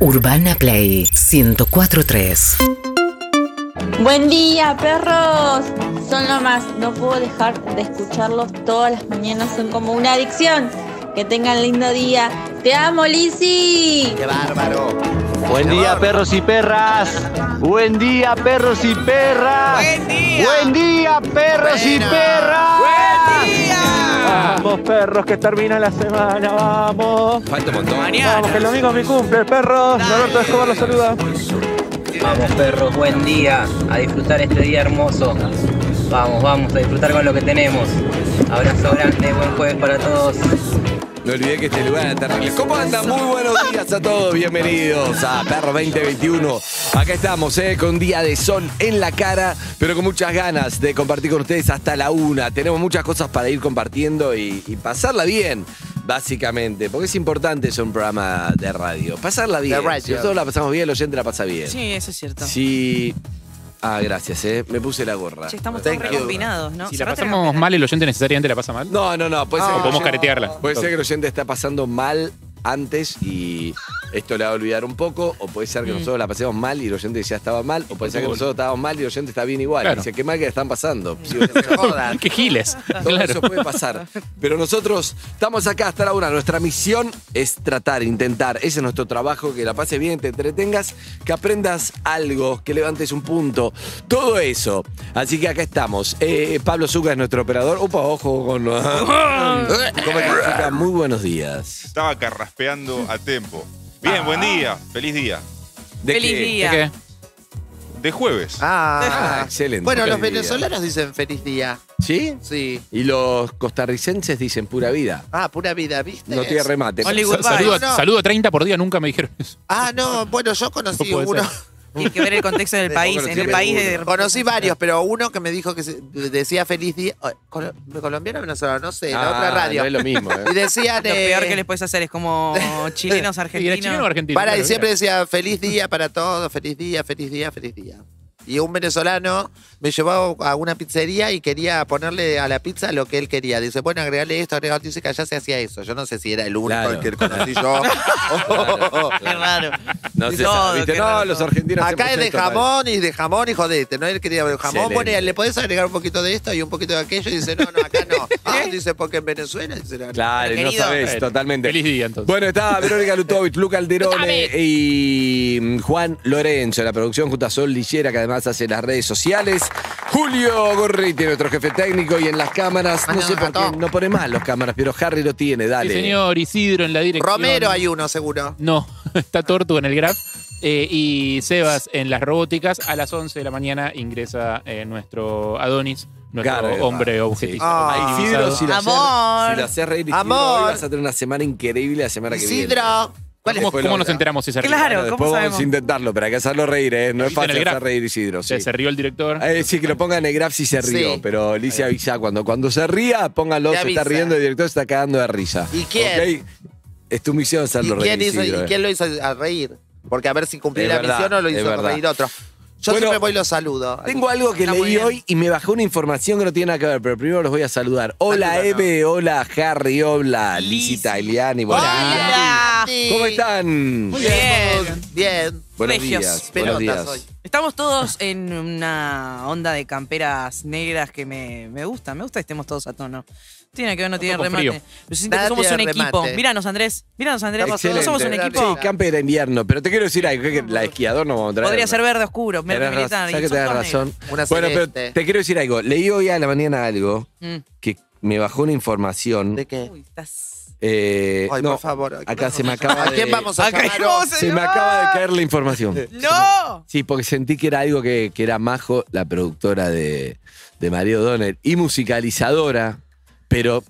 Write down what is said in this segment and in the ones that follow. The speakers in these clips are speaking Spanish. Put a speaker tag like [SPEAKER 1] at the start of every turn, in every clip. [SPEAKER 1] Urbana Play 1043.
[SPEAKER 2] Buen día, perros. Son lo más. No puedo dejar de escucharlos todas las mañanas. Son como una adicción. Que tengan lindo día. Te amo, Lizzy.
[SPEAKER 3] ¡Qué bárbaro!
[SPEAKER 4] Buen día, perros y perras. Buen día, perros y perras.
[SPEAKER 3] ¡Buen día!
[SPEAKER 4] Buen día, perros y
[SPEAKER 3] Bueno.
[SPEAKER 4] perras.
[SPEAKER 3] ¡Buen día!
[SPEAKER 4] Vamos, perros, que termina la semana. Vamos.
[SPEAKER 5] Falta un montón.
[SPEAKER 4] Vamos, que el domingo es mi cumple, perros. Roberto Escobar los saluda.
[SPEAKER 6] Vamos perros, buen día, a disfrutar este día hermoso. Vamos, vamos, a disfrutar con lo que tenemos. Abrazo grande, buen jueves para todos.
[SPEAKER 5] No olvidé que este lugar está terrible. ¿Cómo andan? Muy buenos días a todos. Bienvenidos a Perro 2021. Acá estamos, ¿eh? con un día de sol en la cara, pero con muchas ganas de compartir con ustedes hasta la una. Tenemos muchas cosas para ir compartiendo y, y pasarla bien, básicamente. Porque es importante eso en un programa de radio. Pasarla bien.
[SPEAKER 3] radio.
[SPEAKER 5] Si nosotros la pasamos bien, el oyente la pasa bien.
[SPEAKER 7] Sí, eso es cierto.
[SPEAKER 5] Sí. Ah, gracias, ¿eh? Me puse la gorra.
[SPEAKER 7] Che, estamos
[SPEAKER 5] No
[SPEAKER 7] todos
[SPEAKER 5] tengo duda.
[SPEAKER 7] recombinados, ¿no?
[SPEAKER 8] Si la
[SPEAKER 7] Cerrate
[SPEAKER 8] pasamos
[SPEAKER 7] ventana.
[SPEAKER 8] mal, el oyente necesariamente la pasa mal.
[SPEAKER 5] No, no, no. Puede ser
[SPEAKER 8] o
[SPEAKER 5] que el
[SPEAKER 8] podemos
[SPEAKER 5] oyente-
[SPEAKER 8] caretearla.
[SPEAKER 5] Puede ser que el oyente está pasando mal antes y esto le va a olvidar un poco, o puede ser que nosotros la pasemos mal y el oyente ya estaba mal, o puede ser que nosotros estábamos mal y el oyente está bien igual.
[SPEAKER 8] Claro.
[SPEAKER 5] Dice, qué mal que la están pasando. Sí, o sea, se jodan.
[SPEAKER 8] ¡Qué giles!
[SPEAKER 7] Ah.
[SPEAKER 5] Todo
[SPEAKER 8] Claro.
[SPEAKER 5] eso puede pasar. Pero nosotros estamos acá hasta la una. Nuestra misión es tratar, intentar. Ese es nuestro trabajo, que la pases bien, te entretengas, que aprendas algo, que levantes un punto. Todo eso. Así que acá estamos. Eh, Pablo Zucca es nuestro operador. Opa, ojo con... ¿Cómo estás, Zucca? Muy buenos días.
[SPEAKER 9] Estaba carraspeando a tempo. Bien, buen día, feliz día.
[SPEAKER 5] ¿De
[SPEAKER 7] Feliz
[SPEAKER 5] qué?
[SPEAKER 7] día.
[SPEAKER 8] ¿Qué?
[SPEAKER 9] De jueves.
[SPEAKER 5] Ah,
[SPEAKER 3] Ah,
[SPEAKER 5] excelente.
[SPEAKER 3] Bueno, los
[SPEAKER 5] Feliz día.
[SPEAKER 3] venezolanos dicen feliz día.
[SPEAKER 5] ¿Sí?
[SPEAKER 3] Sí.
[SPEAKER 5] Y los costarricenses dicen pura vida.
[SPEAKER 3] Ah, pura vida, ¿viste?
[SPEAKER 5] No tiene remate.
[SPEAKER 7] Hollywood
[SPEAKER 8] Sa- saludo, a-
[SPEAKER 3] No, no.
[SPEAKER 8] saludo a 30 por día, nunca me dijeron eso.
[SPEAKER 3] Ah, no, bueno, yo conocí
[SPEAKER 8] No puede
[SPEAKER 3] uno.
[SPEAKER 8] ser.
[SPEAKER 7] Tiene que ver el contexto del país.
[SPEAKER 5] Poco
[SPEAKER 7] En el
[SPEAKER 5] lo
[SPEAKER 7] país
[SPEAKER 5] tiene
[SPEAKER 7] de...
[SPEAKER 3] Conocí varios, pero uno que me dijo que se- decía feliz día. oh, col- colombiano o venezolano, no sé, la
[SPEAKER 5] Ah,
[SPEAKER 3] otra radio.
[SPEAKER 5] No es lo mismo. ¿eh?
[SPEAKER 3] Y decían.
[SPEAKER 7] Lo peor
[SPEAKER 3] eh,
[SPEAKER 7] que les puedes hacer es como chilenos,
[SPEAKER 8] ¿Y era chileno o
[SPEAKER 7] argentinos.
[SPEAKER 8] argentino?
[SPEAKER 3] Para, y
[SPEAKER 8] Claro,
[SPEAKER 3] siempre
[SPEAKER 8] mira.
[SPEAKER 3] decía, feliz día para todos, feliz día, feliz día, feliz día. Y un venezolano me llevó a una pizzería y quería ponerle a la pizza lo que él quería. Dice, bueno, agregarle esto, agregarle dice que allá se hacía eso. Yo no sé si era el único
[SPEAKER 5] Claro.
[SPEAKER 3] el que conocí yo.
[SPEAKER 5] Claro,
[SPEAKER 7] Qué
[SPEAKER 5] claro.
[SPEAKER 7] raro.
[SPEAKER 5] No, se
[SPEAKER 7] Todo,
[SPEAKER 5] sabe, ¿viste?
[SPEAKER 7] qué
[SPEAKER 5] No,
[SPEAKER 7] raro
[SPEAKER 5] los
[SPEAKER 7] todo.
[SPEAKER 5] argentinos.
[SPEAKER 3] Acá
[SPEAKER 5] hacemos
[SPEAKER 3] es de
[SPEAKER 5] esto mal.
[SPEAKER 3] jamón y de jamón y jodete. No él quería jamón. Bueno,
[SPEAKER 5] Excelente.
[SPEAKER 3] le podés agregar un poquito de esto y un poquito de aquello. Y dice, no, no, acá no. Ah, dice, porque en Venezuela. Dice, no,
[SPEAKER 5] Claro, y no
[SPEAKER 7] Querido.
[SPEAKER 5] sabes, totalmente.
[SPEAKER 8] Feliz día, entonces.
[SPEAKER 5] Bueno, está Verónica Lutovic, Luca Alderone y mm, Juan Lorenzo, en la producción junto a Sol Lillera, que además hace las redes sociales. Julio Gorriti, nuestro jefe técnico, y en las cámaras, no
[SPEAKER 3] Mano,
[SPEAKER 5] sé por
[SPEAKER 3] gato.
[SPEAKER 5] qué, no pone más las cámaras, pero Harry lo tiene,
[SPEAKER 8] Sí,
[SPEAKER 5] dale.
[SPEAKER 8] señor Isidro en la dirección.
[SPEAKER 3] Romero hay uno, seguro.
[SPEAKER 8] No, está Tortu en el Graf. eh, y Sebas en las robóticas. A las 11 de la mañana ingresa eh, nuestro Adonis, nuestro
[SPEAKER 5] Claro,
[SPEAKER 8] hombre
[SPEAKER 5] va.
[SPEAKER 8] objetista.
[SPEAKER 3] Ah,
[SPEAKER 5] A Isidro,
[SPEAKER 8] Optimizado.
[SPEAKER 5] si lo haces-
[SPEAKER 7] Amor.
[SPEAKER 5] si lo haces reír, Isidro,
[SPEAKER 3] Amor.
[SPEAKER 5] hoy vas a tener una semana increíble la semana que viene.
[SPEAKER 3] Isidro. ¿Cuál es?
[SPEAKER 8] ¿Cómo,
[SPEAKER 5] fue
[SPEAKER 8] cómo
[SPEAKER 5] la
[SPEAKER 8] nos
[SPEAKER 5] otra?
[SPEAKER 8] enteramos si se rió?
[SPEAKER 7] Claro,
[SPEAKER 5] Bueno,
[SPEAKER 7] ¿cómo
[SPEAKER 5] después vamos
[SPEAKER 7] sabemos?
[SPEAKER 5] a intentarlo, pero hay que hacerlo reír, ¿eh? No
[SPEAKER 8] ¿Viste en
[SPEAKER 5] es
[SPEAKER 8] el
[SPEAKER 5] fácil hacer
[SPEAKER 8] graf?
[SPEAKER 5] reír Isidro. sí.
[SPEAKER 8] Se, se rió el director.
[SPEAKER 5] Eh, sí, que lo pongan en el graf si se rió,
[SPEAKER 3] Sí.
[SPEAKER 5] pero Alicia avisa cuando, cuando se ría, póngalo,
[SPEAKER 3] Le
[SPEAKER 5] se está
[SPEAKER 3] avisa.
[SPEAKER 5] riendo el director se está cagando de risa.
[SPEAKER 3] ¿Y quién?
[SPEAKER 5] ¿Ok? Es tu misión
[SPEAKER 3] ¿Y
[SPEAKER 5] hacerlo
[SPEAKER 3] quién,
[SPEAKER 5] reír.
[SPEAKER 3] hizo-
[SPEAKER 5] Isidro,
[SPEAKER 3] y
[SPEAKER 5] eh.
[SPEAKER 3] quién lo hizo a reír? Porque a ver si cumplí
[SPEAKER 5] Es
[SPEAKER 3] la
[SPEAKER 5] verdad,
[SPEAKER 3] misión o lo
[SPEAKER 5] es
[SPEAKER 3] hizo
[SPEAKER 5] verdad.
[SPEAKER 3] reír otro. Yo
[SPEAKER 5] Bueno,
[SPEAKER 3] siempre voy y lo saludo.
[SPEAKER 5] Tengo algo que
[SPEAKER 7] Está muy
[SPEAKER 5] leí
[SPEAKER 7] bien.
[SPEAKER 5] hoy y me bajó una información que no tiene nada que ver, pero primero los voy a saludar. Hola
[SPEAKER 3] Salúdanos.
[SPEAKER 5] Eve, hola Harry, hola
[SPEAKER 7] Liz.
[SPEAKER 5] Liz Italiani, buenos días.
[SPEAKER 7] Hola.
[SPEAKER 3] Sí.
[SPEAKER 5] ¿Cómo están?
[SPEAKER 7] Muy bien.
[SPEAKER 3] Bien.
[SPEAKER 5] Buenos
[SPEAKER 7] Regios.
[SPEAKER 5] días. Buenos
[SPEAKER 3] Pelotas hoy.
[SPEAKER 5] días.
[SPEAKER 7] Estamos todos en una onda de camperas negras que me, me gusta. Me gusta que estemos todos a tono. Tiene que ver, no tiene
[SPEAKER 8] con
[SPEAKER 7] remate.
[SPEAKER 8] frío.
[SPEAKER 7] Pero siento
[SPEAKER 3] Nada
[SPEAKER 7] que somos un
[SPEAKER 3] tiene
[SPEAKER 7] equipo.
[SPEAKER 3] remate.
[SPEAKER 7] Míranos, Andrés. Míranos, Andrés.
[SPEAKER 5] Excelente.
[SPEAKER 7] No somos un
[SPEAKER 5] Sí,
[SPEAKER 7] equipo.
[SPEAKER 5] camper de invierno, pero te quiero decir algo, que la de esquiador no vamos a traer.
[SPEAKER 7] Podría
[SPEAKER 5] ¿no?
[SPEAKER 7] ser verde oscuro,
[SPEAKER 5] Tenés
[SPEAKER 7] verde
[SPEAKER 5] razón,
[SPEAKER 7] militar.
[SPEAKER 5] sabés
[SPEAKER 7] y
[SPEAKER 5] que
[SPEAKER 7] son
[SPEAKER 5] tenés
[SPEAKER 7] todos
[SPEAKER 5] razón.
[SPEAKER 3] Una
[SPEAKER 5] Bueno, pero
[SPEAKER 3] celeste.
[SPEAKER 5] te quiero decir algo. Leí hoy a la mañana algo
[SPEAKER 7] negros.
[SPEAKER 5] que me bajó una información.
[SPEAKER 3] ¿De qué?
[SPEAKER 7] Mm. Uy, estás...
[SPEAKER 5] eh,
[SPEAKER 3] Ay,
[SPEAKER 5] no,
[SPEAKER 3] por favor. ¿a quién
[SPEAKER 5] acá se me
[SPEAKER 3] vamos
[SPEAKER 5] acaba
[SPEAKER 3] ¿A
[SPEAKER 5] de-
[SPEAKER 3] quién vamos a
[SPEAKER 7] Acá
[SPEAKER 3] llamar?
[SPEAKER 7] vamos
[SPEAKER 5] se me acaba de caer la información.
[SPEAKER 7] ¡No!
[SPEAKER 5] Sí, porque sentí que era algo que, que era Majo, la productora de, de Mario Donner y musicalizadora, pero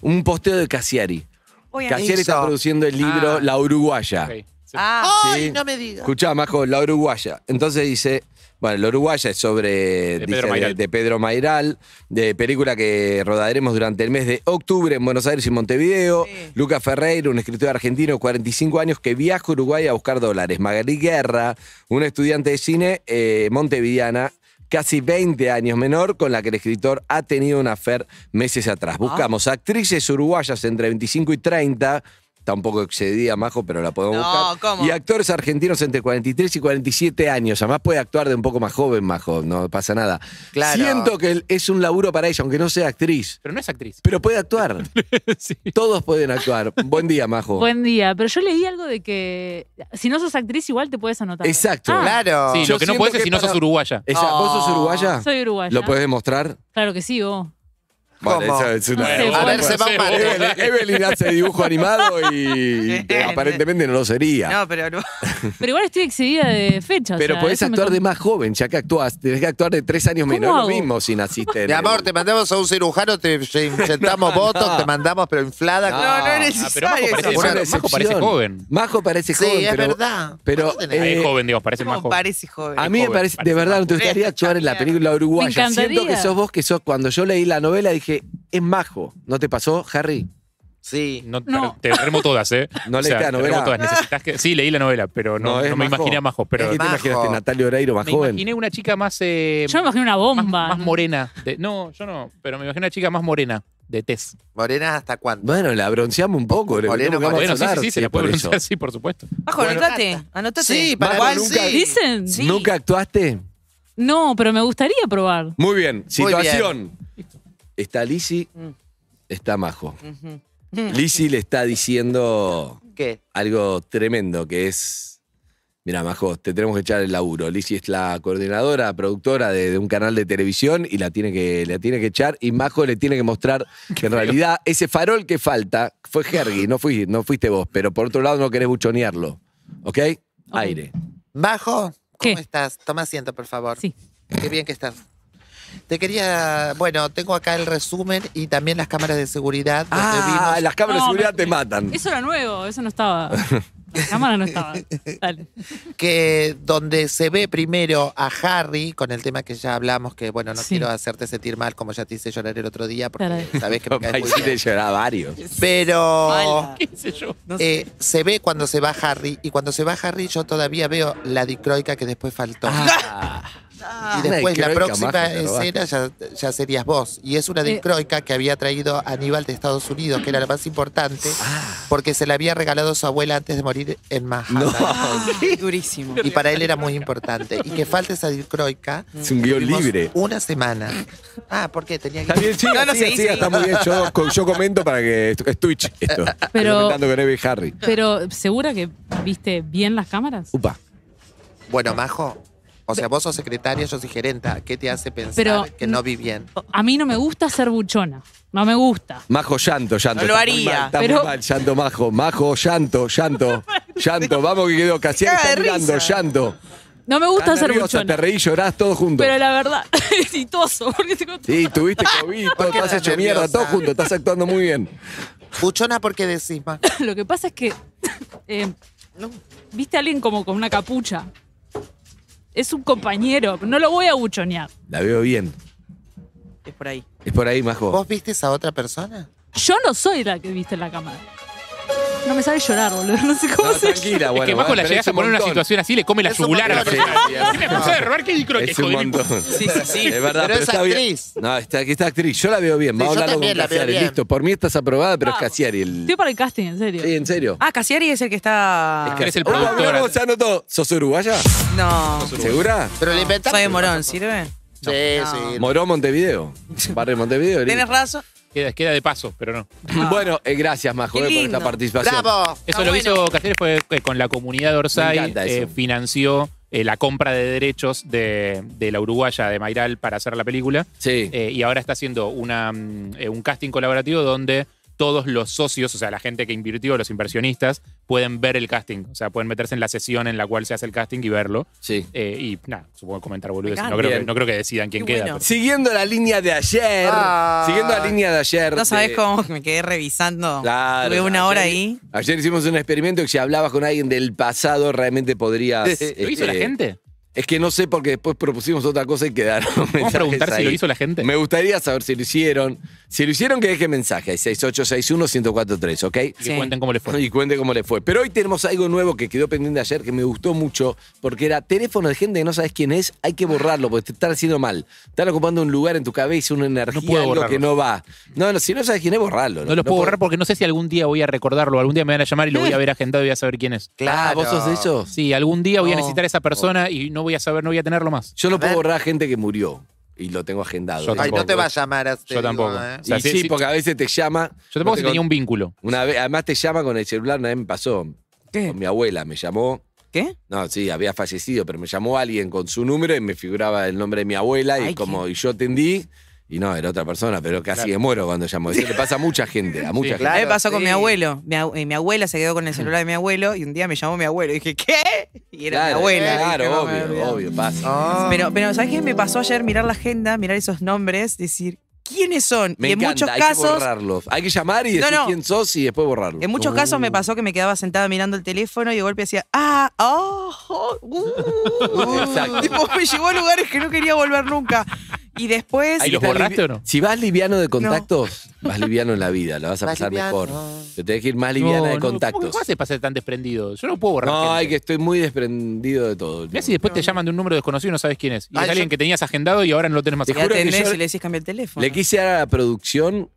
[SPEAKER 5] un posteo de Cassiari.
[SPEAKER 7] Voy a...
[SPEAKER 5] Cassiari está
[SPEAKER 3] Hizo.
[SPEAKER 5] produciendo el libro
[SPEAKER 8] Ah.
[SPEAKER 5] La Uruguaya.
[SPEAKER 8] Ok. Se-
[SPEAKER 7] Ah,
[SPEAKER 3] Ay,
[SPEAKER 5] Sí.
[SPEAKER 3] no me digas.
[SPEAKER 5] Escuchá, Majo, la uruguaya. Entonces dice, bueno, la uruguaya es sobre
[SPEAKER 8] De
[SPEAKER 5] dice,
[SPEAKER 8] Pedro Mairal.
[SPEAKER 5] de Pedro Mairal, de película que rodaremos durante el mes de octubre en Buenos Aires y Montevideo.
[SPEAKER 7] Sí.
[SPEAKER 5] Lucas Ferreira, un escritor argentino de 45 años que viaja a Uruguay a buscar dólares. Magalí Guerra, una estudiante de cine eh, montevideana. Casi 20 años menor, con la que el escritor ha
[SPEAKER 7] Ah.
[SPEAKER 5] tenido una afer meses atrás. Buscamos actrices uruguayas entre 25 y 30 está un poco excedida, Majo, pero la podemos
[SPEAKER 7] No,
[SPEAKER 5] buscar.
[SPEAKER 7] ¿cómo?
[SPEAKER 5] Y actores argentinos entre 43 y 47 años. Además puede actuar de un poco más joven, Majo, no pasa nada.
[SPEAKER 3] Claro.
[SPEAKER 5] Siento que es un laburo para ella, aunque no sea actriz.
[SPEAKER 8] Pero no es actriz.
[SPEAKER 5] Pero puede actuar.
[SPEAKER 8] Sí.
[SPEAKER 5] Todos pueden actuar. Buen día, Majo.
[SPEAKER 10] Oh. Buen día, pero yo leí algo de que si no sos actriz igual te puedes anotar.
[SPEAKER 5] Exacto.
[SPEAKER 10] Ah.
[SPEAKER 7] Ah,
[SPEAKER 3] Claro.
[SPEAKER 8] Sí,
[SPEAKER 5] Ah. Yo
[SPEAKER 8] lo que no
[SPEAKER 5] siento
[SPEAKER 8] puedes es
[SPEAKER 5] que
[SPEAKER 8] si no
[SPEAKER 5] para-
[SPEAKER 8] sos uruguaya.
[SPEAKER 5] Esa- ¿Vos
[SPEAKER 3] Oh.
[SPEAKER 5] sos uruguaya?
[SPEAKER 10] Ah, Soy uruguaya.
[SPEAKER 5] ¿Lo podés demostrar?
[SPEAKER 10] Claro que sí, vos.
[SPEAKER 5] Vale,
[SPEAKER 3] ¿Cómo?
[SPEAKER 5] esa es una-
[SPEAKER 10] No sé,
[SPEAKER 5] A ver,
[SPEAKER 10] vos.
[SPEAKER 5] se-
[SPEAKER 3] va un par.
[SPEAKER 5] Evelyn, Evelyn hace dibujo animado y
[SPEAKER 7] Eh,
[SPEAKER 5] aparentemente no lo sería.
[SPEAKER 7] No, pero lo-
[SPEAKER 10] Pero igual estoy excedida de fecha. o
[SPEAKER 5] Pero
[SPEAKER 10] sea,
[SPEAKER 5] podés
[SPEAKER 10] eso me
[SPEAKER 5] actuar
[SPEAKER 10] con-
[SPEAKER 5] de más joven, ya que actuás, tenés que actuar de tres años
[SPEAKER 10] ¿Cómo
[SPEAKER 5] menos. No es lo
[SPEAKER 10] hago?
[SPEAKER 5] mismo si naciste. en
[SPEAKER 3] Mi
[SPEAKER 5] el-
[SPEAKER 3] amor, te mandamos a un cirujano, te inyectamos votos, te mandamos, pero inflada.
[SPEAKER 5] No,
[SPEAKER 7] no, no es
[SPEAKER 8] Ah, pero Majo
[SPEAKER 7] necesario.
[SPEAKER 8] parece,
[SPEAKER 3] es una
[SPEAKER 8] Majo- Majo parece
[SPEAKER 5] excepción.
[SPEAKER 8] joven.
[SPEAKER 5] Majo parece
[SPEAKER 3] Sí,
[SPEAKER 5] joven,
[SPEAKER 3] es
[SPEAKER 5] pero,
[SPEAKER 3] verdad.
[SPEAKER 5] pero,
[SPEAKER 3] ¿Cuánto
[SPEAKER 8] Ah,
[SPEAKER 3] tenés?
[SPEAKER 5] eh,
[SPEAKER 8] es joven, digo, parece más
[SPEAKER 7] ¿Cómo
[SPEAKER 8] joven.
[SPEAKER 7] parece joven?
[SPEAKER 5] a mí me
[SPEAKER 8] joven,
[SPEAKER 5] parece, de
[SPEAKER 8] parece
[SPEAKER 5] verdad,
[SPEAKER 8] más
[SPEAKER 5] no te
[SPEAKER 7] joven.
[SPEAKER 5] gustaría actuar en la película
[SPEAKER 10] Me
[SPEAKER 5] uruguaya.
[SPEAKER 10] encantaría.
[SPEAKER 5] Siento que sos vos que sos, cuando yo leí la novela dije, es Majo. ¿No te pasó, Harry?
[SPEAKER 3] Sí.
[SPEAKER 8] No,
[SPEAKER 10] No.
[SPEAKER 8] Te remo todas, ¿eh?
[SPEAKER 5] No
[SPEAKER 8] O sea,
[SPEAKER 5] leíste la
[SPEAKER 8] te
[SPEAKER 5] novela.
[SPEAKER 8] remo todas. Necesitas que- Sí, leí la novela, pero no,
[SPEAKER 5] es
[SPEAKER 8] no me
[SPEAKER 5] Majo.
[SPEAKER 8] imaginé a Majo. Pero
[SPEAKER 5] ¿Qué te
[SPEAKER 3] Majo.
[SPEAKER 5] imaginaste, Natalia Oreiro, más
[SPEAKER 8] me
[SPEAKER 5] joven?
[SPEAKER 8] imaginé una chica más. eh,
[SPEAKER 10] Yo me imagino una bomba.
[SPEAKER 8] más, más morena. de- no, yo no. Pero me imaginé una chica más morena de tez.
[SPEAKER 3] Morenas hasta cuándo.
[SPEAKER 5] Bueno, la bronceamos un poco. le
[SPEAKER 3] Moreno,
[SPEAKER 5] tenemos que
[SPEAKER 3] Vamos
[SPEAKER 8] Bueno, sí,
[SPEAKER 5] abandonar,
[SPEAKER 8] sí, sí,
[SPEAKER 5] si
[SPEAKER 8] se la
[SPEAKER 5] es por
[SPEAKER 8] puede
[SPEAKER 5] eso. Ah,
[SPEAKER 8] pronunciar, sí, por supuesto.
[SPEAKER 7] Bajo,
[SPEAKER 3] Bueno,
[SPEAKER 7] anotate, anotate.
[SPEAKER 3] Sí, para
[SPEAKER 5] Majo,
[SPEAKER 3] mí
[SPEAKER 5] nunca-
[SPEAKER 3] sí.
[SPEAKER 10] ¿Dicen?
[SPEAKER 5] ¿Nunca actuaste?
[SPEAKER 10] No, pero me gustaría probar.
[SPEAKER 5] Muy bien, situación.
[SPEAKER 3] situación.
[SPEAKER 5] Está Lisi,
[SPEAKER 7] Mm.
[SPEAKER 5] está Majo.
[SPEAKER 7] Ujú.
[SPEAKER 5] Lisi le está diciendo
[SPEAKER 3] ¿Qué?
[SPEAKER 5] algo tremendo que es. Mira, Majo, te tenemos que echar el laburo. Lisi es la coordinadora, productora de, de un canal de televisión y la tiene, que, la tiene que echar. Y Majo le tiene que mostrar que en realidad ese farol que falta fue Hergy, no, fui- no fuiste vos. Pero por otro lado no querés buchonearlo. ¿Ok? Aire.
[SPEAKER 3] Bajo, ¿cómo
[SPEAKER 10] ¿Qué?
[SPEAKER 3] estás? Toma asiento, por favor.
[SPEAKER 10] Sí.
[SPEAKER 3] Qué bien que estás. Te quería, bueno, tengo acá el resumen y también las cámaras de seguridad. donde
[SPEAKER 5] Ah,
[SPEAKER 3] vimos-
[SPEAKER 5] las cámaras
[SPEAKER 10] No, eh,
[SPEAKER 5] de seguridad
[SPEAKER 10] me-
[SPEAKER 5] te matan.
[SPEAKER 10] Eso era nuevo, eso no estaba. La cámara no estaba. Dale.
[SPEAKER 3] que donde se ve primero a Harry con el tema que ya hablamos, que bueno, no
[SPEAKER 10] Sí.
[SPEAKER 3] quiero hacerte sentir mal como ya te hice llorar el otro día, porque
[SPEAKER 10] Caray.
[SPEAKER 3] sabes que me caes muy
[SPEAKER 5] Ahí sí te
[SPEAKER 3] bien.
[SPEAKER 5] lloraba varios.
[SPEAKER 3] Pero
[SPEAKER 7] Mala.
[SPEAKER 8] ¿Qué sé yo?
[SPEAKER 7] No sé.
[SPEAKER 3] eh, se ve cuando se va Harry, y cuando se va Harry yo todavía veo la dicroica que después faltó.
[SPEAKER 7] Ah,
[SPEAKER 3] y después
[SPEAKER 5] Una
[SPEAKER 3] la
[SPEAKER 5] dicroica
[SPEAKER 3] próxima
[SPEAKER 5] mágica, la robaste.
[SPEAKER 3] escena ya, ya serías vos. Y
[SPEAKER 7] Eh.
[SPEAKER 3] es una dicroica que había traído Aníbal de Estados Unidos, que era la más importante,
[SPEAKER 5] Ah.
[SPEAKER 3] porque se la había regalado su abuela antes de morir en Manhattan.
[SPEAKER 7] Oh. durísimo.
[SPEAKER 3] Y para él era muy importante. Y que falte esa dicroica.
[SPEAKER 5] Es un guión
[SPEAKER 3] Tuvimos
[SPEAKER 5] libre.
[SPEAKER 3] Una semana. Ah, ¿por qué? Tenía que...
[SPEAKER 5] Está bien, siga,
[SPEAKER 7] No, no,
[SPEAKER 5] siga,
[SPEAKER 7] seguí,
[SPEAKER 5] siga,
[SPEAKER 7] seguí.
[SPEAKER 5] está muy bien. Yo, co- yo comento para que. esto- Es Twitch esto.
[SPEAKER 10] Pero-
[SPEAKER 5] Comentando con Eve y Harry.
[SPEAKER 10] Pero, ¿segura que viste bien las cámaras?
[SPEAKER 5] Upa.
[SPEAKER 3] Bueno, Majo, o sea, vos sos secretaria, yo soy gerenta. ¿Qué te hace pensar
[SPEAKER 10] Pero-
[SPEAKER 3] que no vi bien?
[SPEAKER 10] A mí no me gusta ser buchona. No me gusta.
[SPEAKER 5] Majo llanto, llanto.
[SPEAKER 7] No lo
[SPEAKER 5] Está muy
[SPEAKER 7] haría.
[SPEAKER 5] mal, Está muy
[SPEAKER 10] Pero-
[SPEAKER 5] mal, llanto, majo. Majo, llanto, llanto. Llanto, vamos que quedó casi
[SPEAKER 7] Se caga
[SPEAKER 5] está
[SPEAKER 7] de
[SPEAKER 5] mirando,
[SPEAKER 7] risa.
[SPEAKER 5] llanto.
[SPEAKER 10] No me gusta
[SPEAKER 5] Estás
[SPEAKER 10] ser
[SPEAKER 5] nerviosa, te
[SPEAKER 10] buchona.
[SPEAKER 5] reí, llorás todos juntos.
[SPEAKER 10] Pero la verdad, es exitoso. Porque tengo
[SPEAKER 5] Sí, tuviste COVID, todo,
[SPEAKER 3] qué
[SPEAKER 5] te has
[SPEAKER 3] estás
[SPEAKER 5] hecho mierda,
[SPEAKER 3] nerviosa?
[SPEAKER 5] todos juntos, estás actuando muy bien.
[SPEAKER 3] Puchona, ¿por qué decís, Majo?
[SPEAKER 10] Lo que pasa es que eh, viste a alguien como con una capucha. Es un compañero, no lo voy a buchonear.
[SPEAKER 5] La veo bien.
[SPEAKER 7] Es por ahí.
[SPEAKER 5] Es por ahí, majo.
[SPEAKER 3] ¿Vos viste esa otra persona?
[SPEAKER 10] Yo no soy la que viste en la cámara. No me sale llorar, boludo. No sé cómo
[SPEAKER 5] No,
[SPEAKER 10] se
[SPEAKER 5] tranquila, bueno.
[SPEAKER 8] es que Majo la
[SPEAKER 5] pero
[SPEAKER 8] llegas
[SPEAKER 5] es
[SPEAKER 8] a
[SPEAKER 5] un
[SPEAKER 8] poner en una
[SPEAKER 5] montón.
[SPEAKER 8] situación así, le come la
[SPEAKER 3] Es un
[SPEAKER 8] yugular a la
[SPEAKER 3] montón.
[SPEAKER 8] persona.
[SPEAKER 5] Sí,
[SPEAKER 8] ¿Qué me acabas de robar? ¿Qué dicro que
[SPEAKER 5] Es un
[SPEAKER 8] joder?
[SPEAKER 5] montón.
[SPEAKER 7] Sí, sí, sí.
[SPEAKER 5] Es verdad,
[SPEAKER 3] Pero
[SPEAKER 5] pero,
[SPEAKER 3] es
[SPEAKER 5] está
[SPEAKER 3] actriz.
[SPEAKER 5] bien. No, está, aquí está actriz. Yo la veo bien.
[SPEAKER 3] Sí,
[SPEAKER 5] Vamos
[SPEAKER 3] yo
[SPEAKER 5] a hablarlo con
[SPEAKER 3] también la veo
[SPEAKER 5] Casiari.
[SPEAKER 3] bien.
[SPEAKER 5] Listo, por mí estás aprobada, pero es
[SPEAKER 10] Vamos.
[SPEAKER 5] Casiari. El...
[SPEAKER 10] Estoy para el casting, en serio.
[SPEAKER 5] Sí, en serio.
[SPEAKER 7] Ah, Casiari es el que está.
[SPEAKER 8] Es que eres el
[SPEAKER 5] Opa, mirá
[SPEAKER 8] productor.
[SPEAKER 5] cómo se anotó. ¿Sos uruguaya?
[SPEAKER 7] No.
[SPEAKER 5] ¿Segura?
[SPEAKER 3] Pero le inventaste.
[SPEAKER 7] Soy de Morón, ¿sirve? No.
[SPEAKER 3] Sí, sí.
[SPEAKER 5] Moró Montevideo. Barrio Montevideo.
[SPEAKER 7] Tienes
[SPEAKER 5] listo.
[SPEAKER 7] razón.
[SPEAKER 8] Queda, queda de paso, pero no.
[SPEAKER 5] Bueno, eh, gracias, Majo,
[SPEAKER 7] Qué
[SPEAKER 5] eh, por
[SPEAKER 7] lindo.
[SPEAKER 5] esta participación.
[SPEAKER 3] ¡Bravo!
[SPEAKER 8] Eso
[SPEAKER 7] Ah,
[SPEAKER 8] lo que
[SPEAKER 7] bueno.
[SPEAKER 8] hizo Cáceres fue que con la comunidad de
[SPEAKER 5] Me
[SPEAKER 8] Orsay,
[SPEAKER 5] encanta
[SPEAKER 8] eh,
[SPEAKER 5] eso.
[SPEAKER 8] financió eh, la compra de derechos de, de la uruguaya de Mayral para hacer la película.
[SPEAKER 5] Sí.
[SPEAKER 8] Eh, y ahora está haciendo una, mm, eh, un casting colaborativo donde todos los socios, o sea, la gente que invirtió, los inversionistas, pueden ver el casting. O sea, pueden meterse en la sesión en la cual se hace el casting y verlo.
[SPEAKER 5] sí.
[SPEAKER 8] Eh, y nada, supongo que comentar boludeces.
[SPEAKER 7] Me
[SPEAKER 8] No creo,
[SPEAKER 5] encanta.
[SPEAKER 8] que, no creo que decidan quién
[SPEAKER 7] Qué
[SPEAKER 8] queda.
[SPEAKER 7] bueno.
[SPEAKER 8] pero-
[SPEAKER 5] Siguiendo la línea de ayer.
[SPEAKER 3] Ah.
[SPEAKER 5] Siguiendo la línea de ayer. eh,
[SPEAKER 7] No sabes
[SPEAKER 5] de-
[SPEAKER 7] cómo me quedé revisando.
[SPEAKER 5] Claro.
[SPEAKER 7] Tuve una hora
[SPEAKER 5] Ayer-
[SPEAKER 7] ahí.
[SPEAKER 5] Ayer hicimos un experimento que si hablabas con alguien del pasado realmente podrías.
[SPEAKER 8] ¿Lo hizo
[SPEAKER 5] este,
[SPEAKER 8] la gente?
[SPEAKER 5] Es que no sé porque después propusimos otra cosa y quedaron.
[SPEAKER 8] Vamos a preguntar
[SPEAKER 5] mensajes
[SPEAKER 8] si lo
[SPEAKER 5] ahí.
[SPEAKER 8] hizo la gente.
[SPEAKER 5] Me gustaría saber si lo hicieron. Si lo hicieron, que deje mensaje. 6861-1043, ¿ok?
[SPEAKER 8] Y que cuenten cómo les fue.
[SPEAKER 5] Y cuente cómo le fue. Pero hoy tenemos algo nuevo que quedó pendiente ayer que me gustó mucho porque era teléfono de gente que no sabes quién es, hay que borrarlo porque te están haciendo mal. Están ocupando un lugar en tu cabeza, una energía,
[SPEAKER 8] puedo
[SPEAKER 5] algo que
[SPEAKER 8] borrarlos.
[SPEAKER 5] no va. No, no, si no sabes quién es, borrarlo.
[SPEAKER 8] No los puedo borrar porque no sé si algún día voy a recordarlo. Algún día me van a llamar y lo voy a ver agendado y voy a saber quién es.
[SPEAKER 5] Claro. ¿vos sos de esos?
[SPEAKER 8] Sí, algún día voy a
[SPEAKER 5] No.
[SPEAKER 8] necesitar a esa persona y no voy a saber, no voy a tenerlo más.
[SPEAKER 5] Yo no
[SPEAKER 3] ver.
[SPEAKER 5] puedo borrar gente que murió y lo tengo agendado.
[SPEAKER 8] Yo
[SPEAKER 5] Y-
[SPEAKER 3] Ay, no te ¿eh?
[SPEAKER 8] tampoco.
[SPEAKER 3] va a llamar a
[SPEAKER 8] Yo tampoco. O sea,
[SPEAKER 5] y
[SPEAKER 8] si-
[SPEAKER 5] sí,
[SPEAKER 8] si-
[SPEAKER 5] porque a veces te llama.
[SPEAKER 8] Yo tampoco
[SPEAKER 5] no
[SPEAKER 8] si
[SPEAKER 5] te
[SPEAKER 8] tenía
[SPEAKER 5] con-
[SPEAKER 8] un vínculo.
[SPEAKER 5] Una vez, además te llama con el celular, una vez me pasó.
[SPEAKER 7] ¿Qué?
[SPEAKER 5] Con mi abuela me llamó.
[SPEAKER 7] ¿Qué?
[SPEAKER 5] No, sí, había fallecido, pero me llamó alguien con su número y me figuraba el nombre de mi abuela y
[SPEAKER 7] Ay,
[SPEAKER 5] como y yo atendí y no, era otra persona, pero casi
[SPEAKER 8] Claro.
[SPEAKER 5] me muero cuando llamo. Eso le pasa a mucha gente, a mucha
[SPEAKER 8] Sí,
[SPEAKER 5] gente.
[SPEAKER 7] A mí me
[SPEAKER 3] Claro,
[SPEAKER 7] pasó con
[SPEAKER 3] sí.
[SPEAKER 7] mi abuelo. Mi, abu- eh, mi abuela se quedó con el celular de mi abuelo y un día me llamó mi abuelo. Y dije, ¿qué? Y era mi
[SPEAKER 5] Claro,
[SPEAKER 7] abuela.
[SPEAKER 5] Claro,
[SPEAKER 7] Dije, no, me había
[SPEAKER 5] obvio,
[SPEAKER 7] olvidado.
[SPEAKER 5] obvio, pasa.
[SPEAKER 7] Pero, pero ¿sabes qué? Me pasó ayer mirar la agenda, mirar esos nombres, decir, ¿quiénes son?
[SPEAKER 5] Me
[SPEAKER 7] y en
[SPEAKER 5] encanta,
[SPEAKER 7] muchos
[SPEAKER 5] hay que
[SPEAKER 7] casos.
[SPEAKER 5] borrarlos. Hay que llamar y
[SPEAKER 7] No,
[SPEAKER 5] decir
[SPEAKER 7] no.
[SPEAKER 5] quién sos y después borrarlo.
[SPEAKER 7] En muchos casos me pasó que me quedaba sentada mirando el teléfono y de golpe decía, ah, oh, oh, uh".
[SPEAKER 5] Exacto.
[SPEAKER 7] Tipo, me llevó a lugares que no quería volver nunca. Y después.
[SPEAKER 8] Ahí los borraste o no?
[SPEAKER 5] Si vas liviano de contactos, vas liviano en la vida, la vas a
[SPEAKER 3] Vas
[SPEAKER 5] pasar
[SPEAKER 3] liviano.
[SPEAKER 5] mejor. Te tenés que ir más liviana de contactos.
[SPEAKER 8] ¿Cómo haces para ser tan desprendido? Yo no puedo borrar.
[SPEAKER 5] No,
[SPEAKER 8] gente.
[SPEAKER 5] hay que estoy muy desprendido de todo.
[SPEAKER 8] Mirá si después te llaman de un número desconocido y no sabes quién es. Y
[SPEAKER 3] Ay,
[SPEAKER 8] es
[SPEAKER 3] yo-
[SPEAKER 8] alguien que tenías agendado y ahora no lo tenés más
[SPEAKER 5] Ah, Te
[SPEAKER 7] Y
[SPEAKER 5] juro
[SPEAKER 8] agendado.
[SPEAKER 5] que
[SPEAKER 7] atendés
[SPEAKER 5] yo-
[SPEAKER 7] y le decís cambiar el teléfono.
[SPEAKER 5] Le quise dar a la producción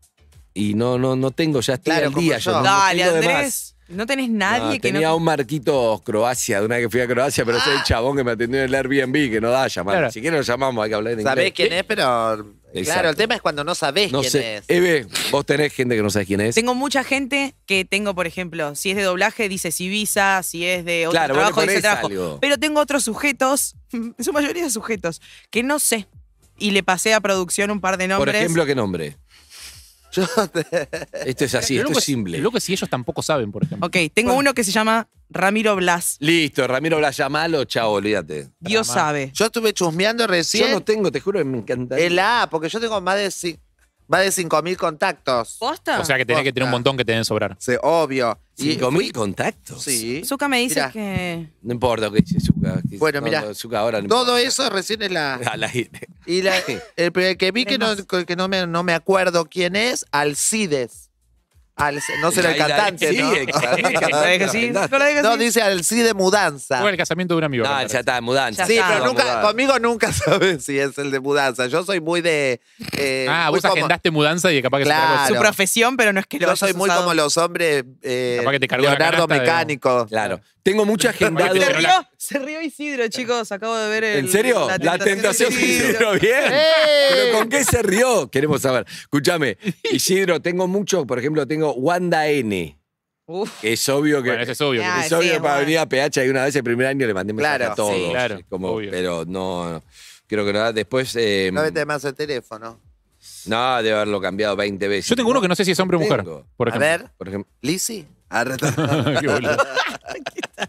[SPEAKER 5] y no, no, no tengo, ya estoy
[SPEAKER 3] Claro,
[SPEAKER 5] al
[SPEAKER 3] como
[SPEAKER 5] día.
[SPEAKER 3] yo.
[SPEAKER 5] Yo. no
[SPEAKER 7] Dale,
[SPEAKER 5] tengo de
[SPEAKER 7] Andrés. No tenés
[SPEAKER 5] más.
[SPEAKER 7] nadie
[SPEAKER 5] No,
[SPEAKER 7] que
[SPEAKER 5] tenía
[SPEAKER 7] no. Ah.
[SPEAKER 5] un marquito Croacia, de una vez que fui a Croacia, pero soy el chabón que me atendió en el Airbnb, que no da a llamar.
[SPEAKER 8] Claro.
[SPEAKER 5] Si quieren lo llamamos, hay que hablar en inglés.
[SPEAKER 3] Sabés quién es, pero. Claro, el tema es cuando no sabés
[SPEAKER 5] No
[SPEAKER 3] quién
[SPEAKER 5] sé. eh,
[SPEAKER 3] es.
[SPEAKER 5] Eve, vos tenés gente que no sabes quién es.
[SPEAKER 7] Tengo mucha gente que tengo, por ejemplo, si es de doblaje, dice si visa, si es de otro
[SPEAKER 5] Claro, vos le
[SPEAKER 7] trabajo, dice
[SPEAKER 5] ponés
[SPEAKER 7] trabajo.
[SPEAKER 5] algo.
[SPEAKER 7] Pero tengo otros sujetos, en su mayoría sujetos, que no sé. Y le pasé a producción un par de
[SPEAKER 5] Por
[SPEAKER 7] nombres.
[SPEAKER 5] ejemplo, ¿qué nombre? Esto es así,
[SPEAKER 8] Lo
[SPEAKER 5] esto
[SPEAKER 8] loco
[SPEAKER 5] es simple.
[SPEAKER 8] Lo que si ellos tampoco saben, por ejemplo.
[SPEAKER 7] ok, tengo uno que se llama Ramiro Blas.
[SPEAKER 5] Listo, Ramiro Blas, llamalo, chao, olvídate.
[SPEAKER 7] Dios sabe.
[SPEAKER 3] Yo estuve chusmeando
[SPEAKER 5] Yo
[SPEAKER 3] recién
[SPEAKER 5] no tengo, te juro que me encanta.
[SPEAKER 3] el A, porque yo tengo más de, ci- más de 5.000 contactos.
[SPEAKER 7] ¿Posta?
[SPEAKER 5] Ah,
[SPEAKER 8] O sea que tenés que tener un montón que tenés que sobrar.
[SPEAKER 3] Sí, obvio. Y-
[SPEAKER 5] ¿Cinco mil contactos?
[SPEAKER 3] Sí.
[SPEAKER 7] Zuka me dice
[SPEAKER 3] Mirá.
[SPEAKER 7] que.
[SPEAKER 5] No importa lo que dice Zucca. que-
[SPEAKER 3] Bueno,
[SPEAKER 5] no,
[SPEAKER 3] mirá.
[SPEAKER 5] no, Zucca ahora no
[SPEAKER 3] Todo
[SPEAKER 5] importa.
[SPEAKER 3] eso recién es la.
[SPEAKER 5] Al aire.
[SPEAKER 3] Y la, el primer que vi que, no, que no, me, no me acuerdo quién es, Alcides. Al- no será el
[SPEAKER 5] Ahí la-
[SPEAKER 3] cantante,
[SPEAKER 5] sí,
[SPEAKER 3] ¿no?
[SPEAKER 5] exactamente.
[SPEAKER 7] ¿No la dejes así? ¿No la dejes
[SPEAKER 3] No,
[SPEAKER 7] así?
[SPEAKER 3] dice Alcide Mudanza.
[SPEAKER 8] Fue el casamiento de un amigo.
[SPEAKER 5] Ah. No,
[SPEAKER 8] me
[SPEAKER 5] ya
[SPEAKER 8] parece.
[SPEAKER 5] está, mudanza.
[SPEAKER 7] Ya
[SPEAKER 3] Sí,
[SPEAKER 7] está.
[SPEAKER 3] pero nunca,
[SPEAKER 5] Mudanza.
[SPEAKER 3] conmigo nunca sabes si es el de mudanza. Yo soy muy de. eh,
[SPEAKER 8] Ah,
[SPEAKER 3] muy
[SPEAKER 8] vos
[SPEAKER 3] como-
[SPEAKER 8] agendaste mudanza y capaz que es otra cosa.
[SPEAKER 3] Claro.
[SPEAKER 7] Su profesión, pero no es que lo
[SPEAKER 3] Yo
[SPEAKER 7] hayas
[SPEAKER 3] soy muy
[SPEAKER 7] usado.
[SPEAKER 3] como los hombres. eh,
[SPEAKER 8] Capaz que te cargó la
[SPEAKER 3] Leonardo
[SPEAKER 8] canasta, Em.
[SPEAKER 3] Mecánico.
[SPEAKER 5] Claro. Tengo mucha agendado.
[SPEAKER 7] Se
[SPEAKER 8] Pero
[SPEAKER 7] rió,
[SPEAKER 8] la-
[SPEAKER 7] se rió Isidro, chicos. Acabo de ver el.
[SPEAKER 5] ¿En serio? La tentación de Isidro, bien. ¿Pero con qué se rió? Queremos saber. Escúchame, Isidro, tengo mucho, por ejemplo, tengo Wanda N.
[SPEAKER 7] Uf.
[SPEAKER 5] que Es obvio que.
[SPEAKER 8] Bueno, eso es obvio. que-
[SPEAKER 7] Ah,
[SPEAKER 5] es obvio
[SPEAKER 7] sí,
[SPEAKER 5] que para
[SPEAKER 7] bueno.
[SPEAKER 5] venir a PH y una vez el primer año le mandé mensaje
[SPEAKER 3] Claro.
[SPEAKER 5] a todos.
[SPEAKER 8] Sí, claro,
[SPEAKER 5] Es como,
[SPEAKER 8] obvio.
[SPEAKER 5] pero no, no. creo que nada. Después. eh,
[SPEAKER 3] No vete más el teléfono.
[SPEAKER 5] no, debe haberlo cambiado 20 veces.
[SPEAKER 8] Yo tengo uno que no sé si es hombre o mujer.
[SPEAKER 5] Tengo.
[SPEAKER 8] Por
[SPEAKER 3] A
[SPEAKER 8] ejemplo.
[SPEAKER 3] ver,
[SPEAKER 5] Por ejemplo.
[SPEAKER 3] Lisi.
[SPEAKER 8] Qué boludo.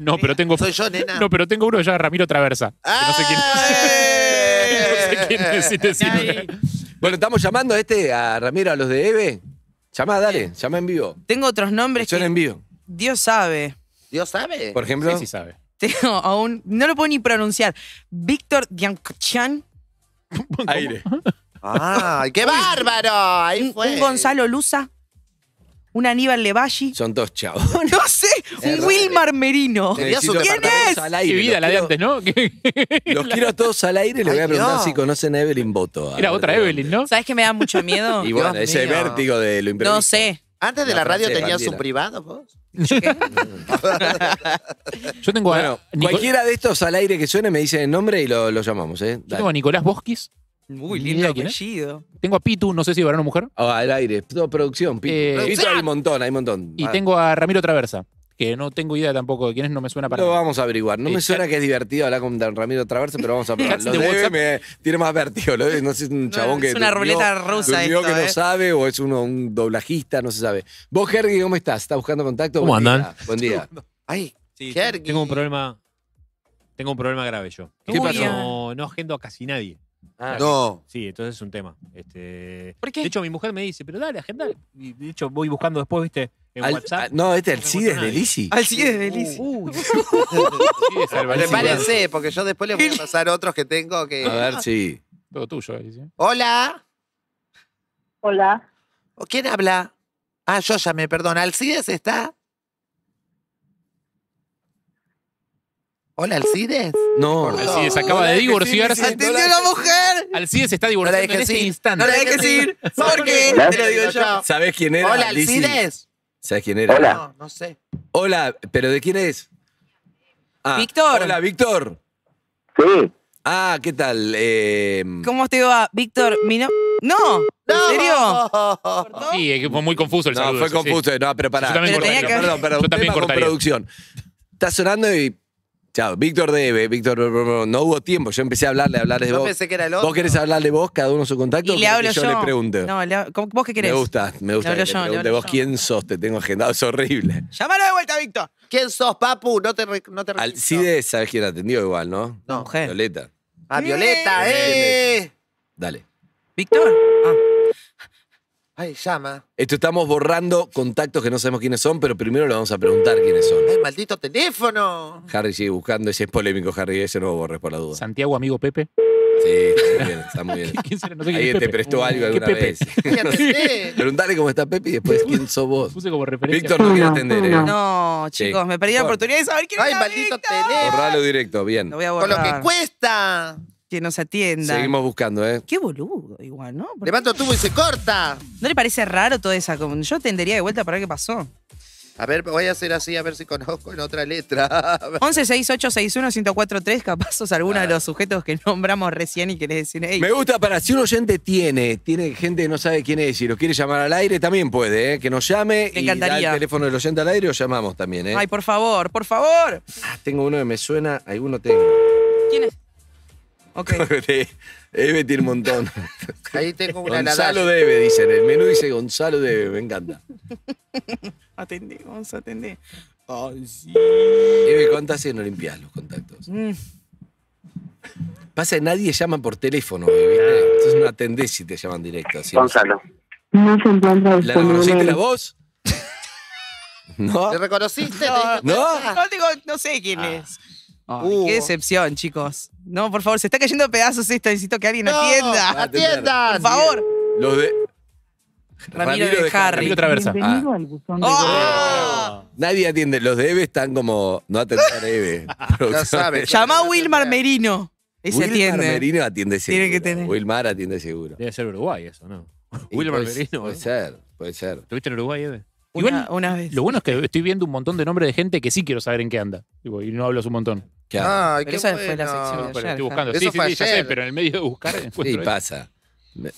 [SPEAKER 8] no, pero tengo.
[SPEAKER 3] Soy yo, nena.
[SPEAKER 8] No, pero tengo uno que se llama Ramiro Traversa. que no sé quién es. no sé quién es, si te sirve.
[SPEAKER 5] Bueno, estamos llamando a este, a Ramiro, a los de Eve. Llamá, dale, llama en vivo.
[SPEAKER 7] Tengo otros nombres
[SPEAKER 5] Yo en
[SPEAKER 7] que
[SPEAKER 5] vivo.
[SPEAKER 7] Dios sabe.
[SPEAKER 3] Dios sabe.
[SPEAKER 5] Por ejemplo,
[SPEAKER 8] Sí, sí sabe.
[SPEAKER 7] Tengo a un. No lo puedo ni pronunciar. Víctor Diancochan.
[SPEAKER 5] aire.
[SPEAKER 3] ¡Ay, qué bárbaro! Ahí
[SPEAKER 7] Un,
[SPEAKER 3] fue.
[SPEAKER 7] un Gonzalo Luza. Un Aníbal Levalli.
[SPEAKER 5] Son dos chavos.
[SPEAKER 7] No sé. Un Wilmar Merino.
[SPEAKER 3] Tenía su
[SPEAKER 5] Necesito
[SPEAKER 3] departamento.
[SPEAKER 5] departamentos
[SPEAKER 7] es?
[SPEAKER 5] al
[SPEAKER 8] Qué
[SPEAKER 5] aire,
[SPEAKER 8] vida
[SPEAKER 5] los
[SPEAKER 8] la de
[SPEAKER 5] quiero-
[SPEAKER 8] antes, ¿no? Que-
[SPEAKER 5] Los quiero a todos al aire y les voy a
[SPEAKER 3] Ay,
[SPEAKER 5] preguntar
[SPEAKER 3] no.
[SPEAKER 5] si conocen a Evelyn Boto. A
[SPEAKER 8] Era
[SPEAKER 5] ver,
[SPEAKER 8] otra
[SPEAKER 5] de dónde.
[SPEAKER 8] Evelyn, ¿no?
[SPEAKER 7] ¿Sabes que me da mucho miedo?
[SPEAKER 5] Y bueno,
[SPEAKER 3] Dios
[SPEAKER 5] ese
[SPEAKER 3] mío.
[SPEAKER 5] vértigo de lo imprevisto.
[SPEAKER 7] No sé.
[SPEAKER 3] Antes de
[SPEAKER 5] La
[SPEAKER 3] la radio
[SPEAKER 5] frase de
[SPEAKER 3] tenía su
[SPEAKER 5] Bandiera.
[SPEAKER 3] privado, vos.
[SPEAKER 8] Yo tengo a,
[SPEAKER 5] Bueno,
[SPEAKER 8] Nico-
[SPEAKER 5] cualquiera de estos al aire que suene me dice el nombre y lo, lo llamamos, ¿eh?
[SPEAKER 8] yo
[SPEAKER 5] Dale.
[SPEAKER 8] tengo a Nicolás Bosquis.
[SPEAKER 7] Uy,
[SPEAKER 8] Ni
[SPEAKER 7] lindo
[SPEAKER 8] idea quién es.
[SPEAKER 7] apellido.
[SPEAKER 8] Tengo a Pitu, no sé si varón o mujer.
[SPEAKER 5] Ah, al aire, todo producción. Pito,
[SPEAKER 8] Eh,
[SPEAKER 5] Pito, hay un montón, hay un montón.
[SPEAKER 8] Y
[SPEAKER 5] Ah,
[SPEAKER 8] tengo a Ramiro Traversa, que no tengo idea tampoco de quién es, no me suena para
[SPEAKER 5] Lo
[SPEAKER 8] nada.
[SPEAKER 5] vamos a averiguar. No
[SPEAKER 8] Eh,
[SPEAKER 5] me suena que es divertido hablar con Dan Ramiro Traverso, pero vamos a probar.
[SPEAKER 8] Chats
[SPEAKER 5] Lo
[SPEAKER 8] de
[SPEAKER 5] de Eve
[SPEAKER 8] WhatsApp.
[SPEAKER 5] me tiene más vértigo. Lo de, no sé, es un
[SPEAKER 7] No,
[SPEAKER 5] chabón que.
[SPEAKER 7] es una
[SPEAKER 5] durmió-
[SPEAKER 7] ruleta rusa
[SPEAKER 5] durmió
[SPEAKER 7] esto,
[SPEAKER 5] que
[SPEAKER 7] eh.
[SPEAKER 5] no sabe o es uno, un doblajista, no se sabe. Vos, Gergi, ¿cómo estás? ¿Estás buscando contacto?
[SPEAKER 11] ¿Cómo
[SPEAKER 5] Buen
[SPEAKER 11] andan?
[SPEAKER 5] día, Buen día.
[SPEAKER 3] Ay,
[SPEAKER 11] Sí,
[SPEAKER 3] Jerky.
[SPEAKER 11] tengo un problema. Tengo un problema grave yo.
[SPEAKER 5] ¿Qué
[SPEAKER 7] Uy,
[SPEAKER 5] pasó?
[SPEAKER 11] No, no agendo a casi nadie.
[SPEAKER 5] Ah,
[SPEAKER 3] No.
[SPEAKER 11] Sí, entonces es un tema. Este,
[SPEAKER 7] ¿Por qué?
[SPEAKER 11] De hecho, mi mujer me dice, pero dale, agenda. Y de hecho, voy buscando después, viste, en
[SPEAKER 5] Al-
[SPEAKER 11] WhatsApp. Uh,
[SPEAKER 5] ah, no, este Alcides de Lisi.
[SPEAKER 7] Alcides de Lisi.
[SPEAKER 8] Uh,
[SPEAKER 3] Prepárense, porque yo después les voy a pasar otros que tengo que.
[SPEAKER 5] A ver si.
[SPEAKER 8] Todo tuyo, Alicia.
[SPEAKER 3] Hola.
[SPEAKER 12] Hola.
[SPEAKER 3] ¿O ¿Quién habla? Ah, yo llamé, perdón. ¿Alcides está? Hola, Alcides.
[SPEAKER 5] No.
[SPEAKER 8] Alcides acaba de divorciarse.
[SPEAKER 7] mujer!
[SPEAKER 8] Alcides está divorciando en este instante.
[SPEAKER 7] porque
[SPEAKER 5] ¿Sabes?
[SPEAKER 7] te lo digo yo.
[SPEAKER 5] ¿Sabés quién era?
[SPEAKER 3] Hola,
[SPEAKER 5] Lisi?
[SPEAKER 3] Alcides.
[SPEAKER 5] ¿Sabés quién era?
[SPEAKER 3] Hola. No, no sé.
[SPEAKER 5] Hola, ¿pero de quién es? Ah,
[SPEAKER 7] Víctor.
[SPEAKER 5] Hola, Víctor.
[SPEAKER 13] Sí.
[SPEAKER 5] Ah, ¿qué tal? Eh,
[SPEAKER 7] ¿Cómo te va, Víctor? Mi no... ¡No! ¿En serio?
[SPEAKER 8] Sí, eh, fue muy confuso el
[SPEAKER 5] No,
[SPEAKER 8] saludo.
[SPEAKER 5] fue
[SPEAKER 8] eso, sí.
[SPEAKER 5] confuso. No, pero pará.
[SPEAKER 8] Yo también
[SPEAKER 7] Pero tenía
[SPEAKER 8] cortaría.
[SPEAKER 7] que-
[SPEAKER 5] Perdón, perdón.
[SPEAKER 8] Yo
[SPEAKER 5] un
[SPEAKER 8] también
[SPEAKER 5] tema con
[SPEAKER 8] cortaría.
[SPEAKER 5] producción. Está sonando y... Chao, Víctor debe, Víctor, no hubo tiempo. Yo empecé a hablarle, a hablarle de
[SPEAKER 3] Yo
[SPEAKER 5] vos.
[SPEAKER 3] pensé que era el
[SPEAKER 5] ¿Vos
[SPEAKER 3] otro.
[SPEAKER 5] querés hablarle vos, cada uno su contacto?
[SPEAKER 7] Y
[SPEAKER 5] o
[SPEAKER 7] le
[SPEAKER 5] querés
[SPEAKER 7] hablo
[SPEAKER 5] que
[SPEAKER 7] yo.
[SPEAKER 5] yo le pregunte.
[SPEAKER 7] No, le hab- ¿cómo- ¿vos qué querés?
[SPEAKER 5] Me gusta, me gusta.
[SPEAKER 7] Le hablo
[SPEAKER 5] que
[SPEAKER 7] yo, le
[SPEAKER 5] pregunte
[SPEAKER 7] hablo
[SPEAKER 5] vos
[SPEAKER 7] yo.
[SPEAKER 5] quién sos, te tengo agendado, es horrible.
[SPEAKER 7] Llámalo de vuelta, Víctor.
[SPEAKER 3] ¿Quién sos, Papu? No te, re- no te re-
[SPEAKER 5] Alcides, sabes quién atendió igual, ¿no?
[SPEAKER 3] No.
[SPEAKER 7] Mujer.
[SPEAKER 5] Violeta.
[SPEAKER 3] Ah, Violeta, eh.
[SPEAKER 5] Dale.
[SPEAKER 7] ¿Víctor?
[SPEAKER 3] Ay, llama.
[SPEAKER 5] Esto estamos borrando contactos que no sabemos quiénes son, pero primero le vamos a preguntar quiénes son.
[SPEAKER 3] Ay, maldito teléfono.
[SPEAKER 5] Harry sigue buscando, ese es polémico, Harry, ese no lo borres por la duda.
[SPEAKER 8] Santiago, amigo Pepe.
[SPEAKER 5] Sí, está muy bien, está muy bien.
[SPEAKER 8] ¿Quién será? No sé quién es
[SPEAKER 5] Alguien te
[SPEAKER 8] Pepe.
[SPEAKER 5] prestó algo
[SPEAKER 8] ¿Qué
[SPEAKER 5] alguna
[SPEAKER 8] Pepe?
[SPEAKER 5] vez.
[SPEAKER 3] Ay, atendé.
[SPEAKER 5] Preguntale cómo está Pepe y después quién sos vos.
[SPEAKER 8] Puse como referencia.
[SPEAKER 5] Víctor no quiere atender, ¿eh?
[SPEAKER 7] No,
[SPEAKER 5] Sí.
[SPEAKER 7] chicos, me perdí la
[SPEAKER 5] Bueno.
[SPEAKER 7] oportunidad de saber quién
[SPEAKER 3] Ay,
[SPEAKER 7] era
[SPEAKER 3] maldito
[SPEAKER 7] Víctor.
[SPEAKER 3] teléfono.
[SPEAKER 5] Borralo directo, bien.
[SPEAKER 7] Lo voy a
[SPEAKER 3] Con lo que
[SPEAKER 7] borrar.
[SPEAKER 3] cuesta.
[SPEAKER 7] Que nos atienda.
[SPEAKER 5] Seguimos buscando, ¿eh?
[SPEAKER 7] Qué boludo, igual, ¿no? ¿Por
[SPEAKER 3] Levanto tubo y se corta.
[SPEAKER 7] qué? ¿No le parece raro toda esa... com- Yo atendería de vuelta para ver qué pasó.
[SPEAKER 3] A ver, voy a hacer así, a ver si conozco en otra letra.
[SPEAKER 7] 1168611043, capaz sos alguno de los sujetos que nombramos recién y querés decir, hey,
[SPEAKER 5] Me gusta para si un oyente tiene, tiene gente que no sabe quién es y lo quiere llamar al aire, también puede, ¿eh? que nos llame
[SPEAKER 7] Me
[SPEAKER 5] y da
[SPEAKER 7] encantaría.
[SPEAKER 5] el teléfono del oyente al aire o llamamos también, ¿eh?
[SPEAKER 7] ay, por favor, por favor.
[SPEAKER 5] Ah, tengo uno que me suena, alguno tengo.
[SPEAKER 7] ¿Quién es? Ok.
[SPEAKER 5] De- Debe tiene un montón.
[SPEAKER 3] Ahí tengo una
[SPEAKER 5] Gonzalo
[SPEAKER 3] ladalla.
[SPEAKER 5] debe, dicen. El menú dice Gonzalo debe, me encanta.
[SPEAKER 7] Atendí, vamos a atender.
[SPEAKER 5] Debe, ¿cuántas veces no limpias los contactos?
[SPEAKER 7] Mm.
[SPEAKER 5] Pasa que nadie llama por teléfono, hoy, ¿viste? Entonces no atendés si te llaman directo. así.
[SPEAKER 13] Gonzalo.
[SPEAKER 12] No se encuentra
[SPEAKER 5] ¿La reconociste la
[SPEAKER 12] disponible.
[SPEAKER 5] voz? ¿No?
[SPEAKER 3] ¿Te reconociste?
[SPEAKER 7] No,
[SPEAKER 3] Te-
[SPEAKER 5] ¿No?
[SPEAKER 7] no, digo, no sé quién
[SPEAKER 5] Ah.
[SPEAKER 7] es. Ay,
[SPEAKER 3] Uh.
[SPEAKER 7] qué decepción, chicos. No, por favor, se está cayendo a pedazos esto. Necesito que alguien
[SPEAKER 3] No,
[SPEAKER 7] atienda.
[SPEAKER 3] atiendan.
[SPEAKER 7] Ah, Por favor.
[SPEAKER 5] Los de.
[SPEAKER 7] Ramiro de Harry.
[SPEAKER 8] Ramiro Traversa.
[SPEAKER 5] Ah,
[SPEAKER 12] Bienvenido al buzón de
[SPEAKER 7] ¡Oh!
[SPEAKER 5] nadie atiende. Los de Eve están como. No atender a Eve.
[SPEAKER 3] Ya sabe.
[SPEAKER 7] Llamá a Wilmar Merino. Ese
[SPEAKER 5] Wilmar
[SPEAKER 7] atiende.
[SPEAKER 5] Merino atiende seguro.
[SPEAKER 7] Tiene que tener.
[SPEAKER 5] Wilmar atiende seguro.
[SPEAKER 11] Debe ser Uruguay eso, ¿no?
[SPEAKER 5] Y
[SPEAKER 11] Wilmar
[SPEAKER 5] puede-
[SPEAKER 11] Merino. ¿eh?
[SPEAKER 5] Puede ser, puede ser.
[SPEAKER 11] ¿Tuviste en Uruguay, Eve?
[SPEAKER 7] Una, una vez.
[SPEAKER 8] Lo bueno es que estoy viendo un montón de nombres de gente que sí quiero saber en qué anda. Digo, Y no hablo un montón.
[SPEAKER 5] ¿Qué hago?
[SPEAKER 3] Ay,
[SPEAKER 7] Pero
[SPEAKER 3] qué
[SPEAKER 7] esa fue la
[SPEAKER 3] bueno.
[SPEAKER 7] sección de
[SPEAKER 8] Pero
[SPEAKER 7] ayer.
[SPEAKER 8] estoy buscando.
[SPEAKER 3] Eso
[SPEAKER 8] Sí, sí,
[SPEAKER 3] fue
[SPEAKER 8] sí, ya sé,
[SPEAKER 3] ayer.
[SPEAKER 8] pero en el medio de buscar pues,
[SPEAKER 5] Sí,
[SPEAKER 8] encuentro
[SPEAKER 5] pasa.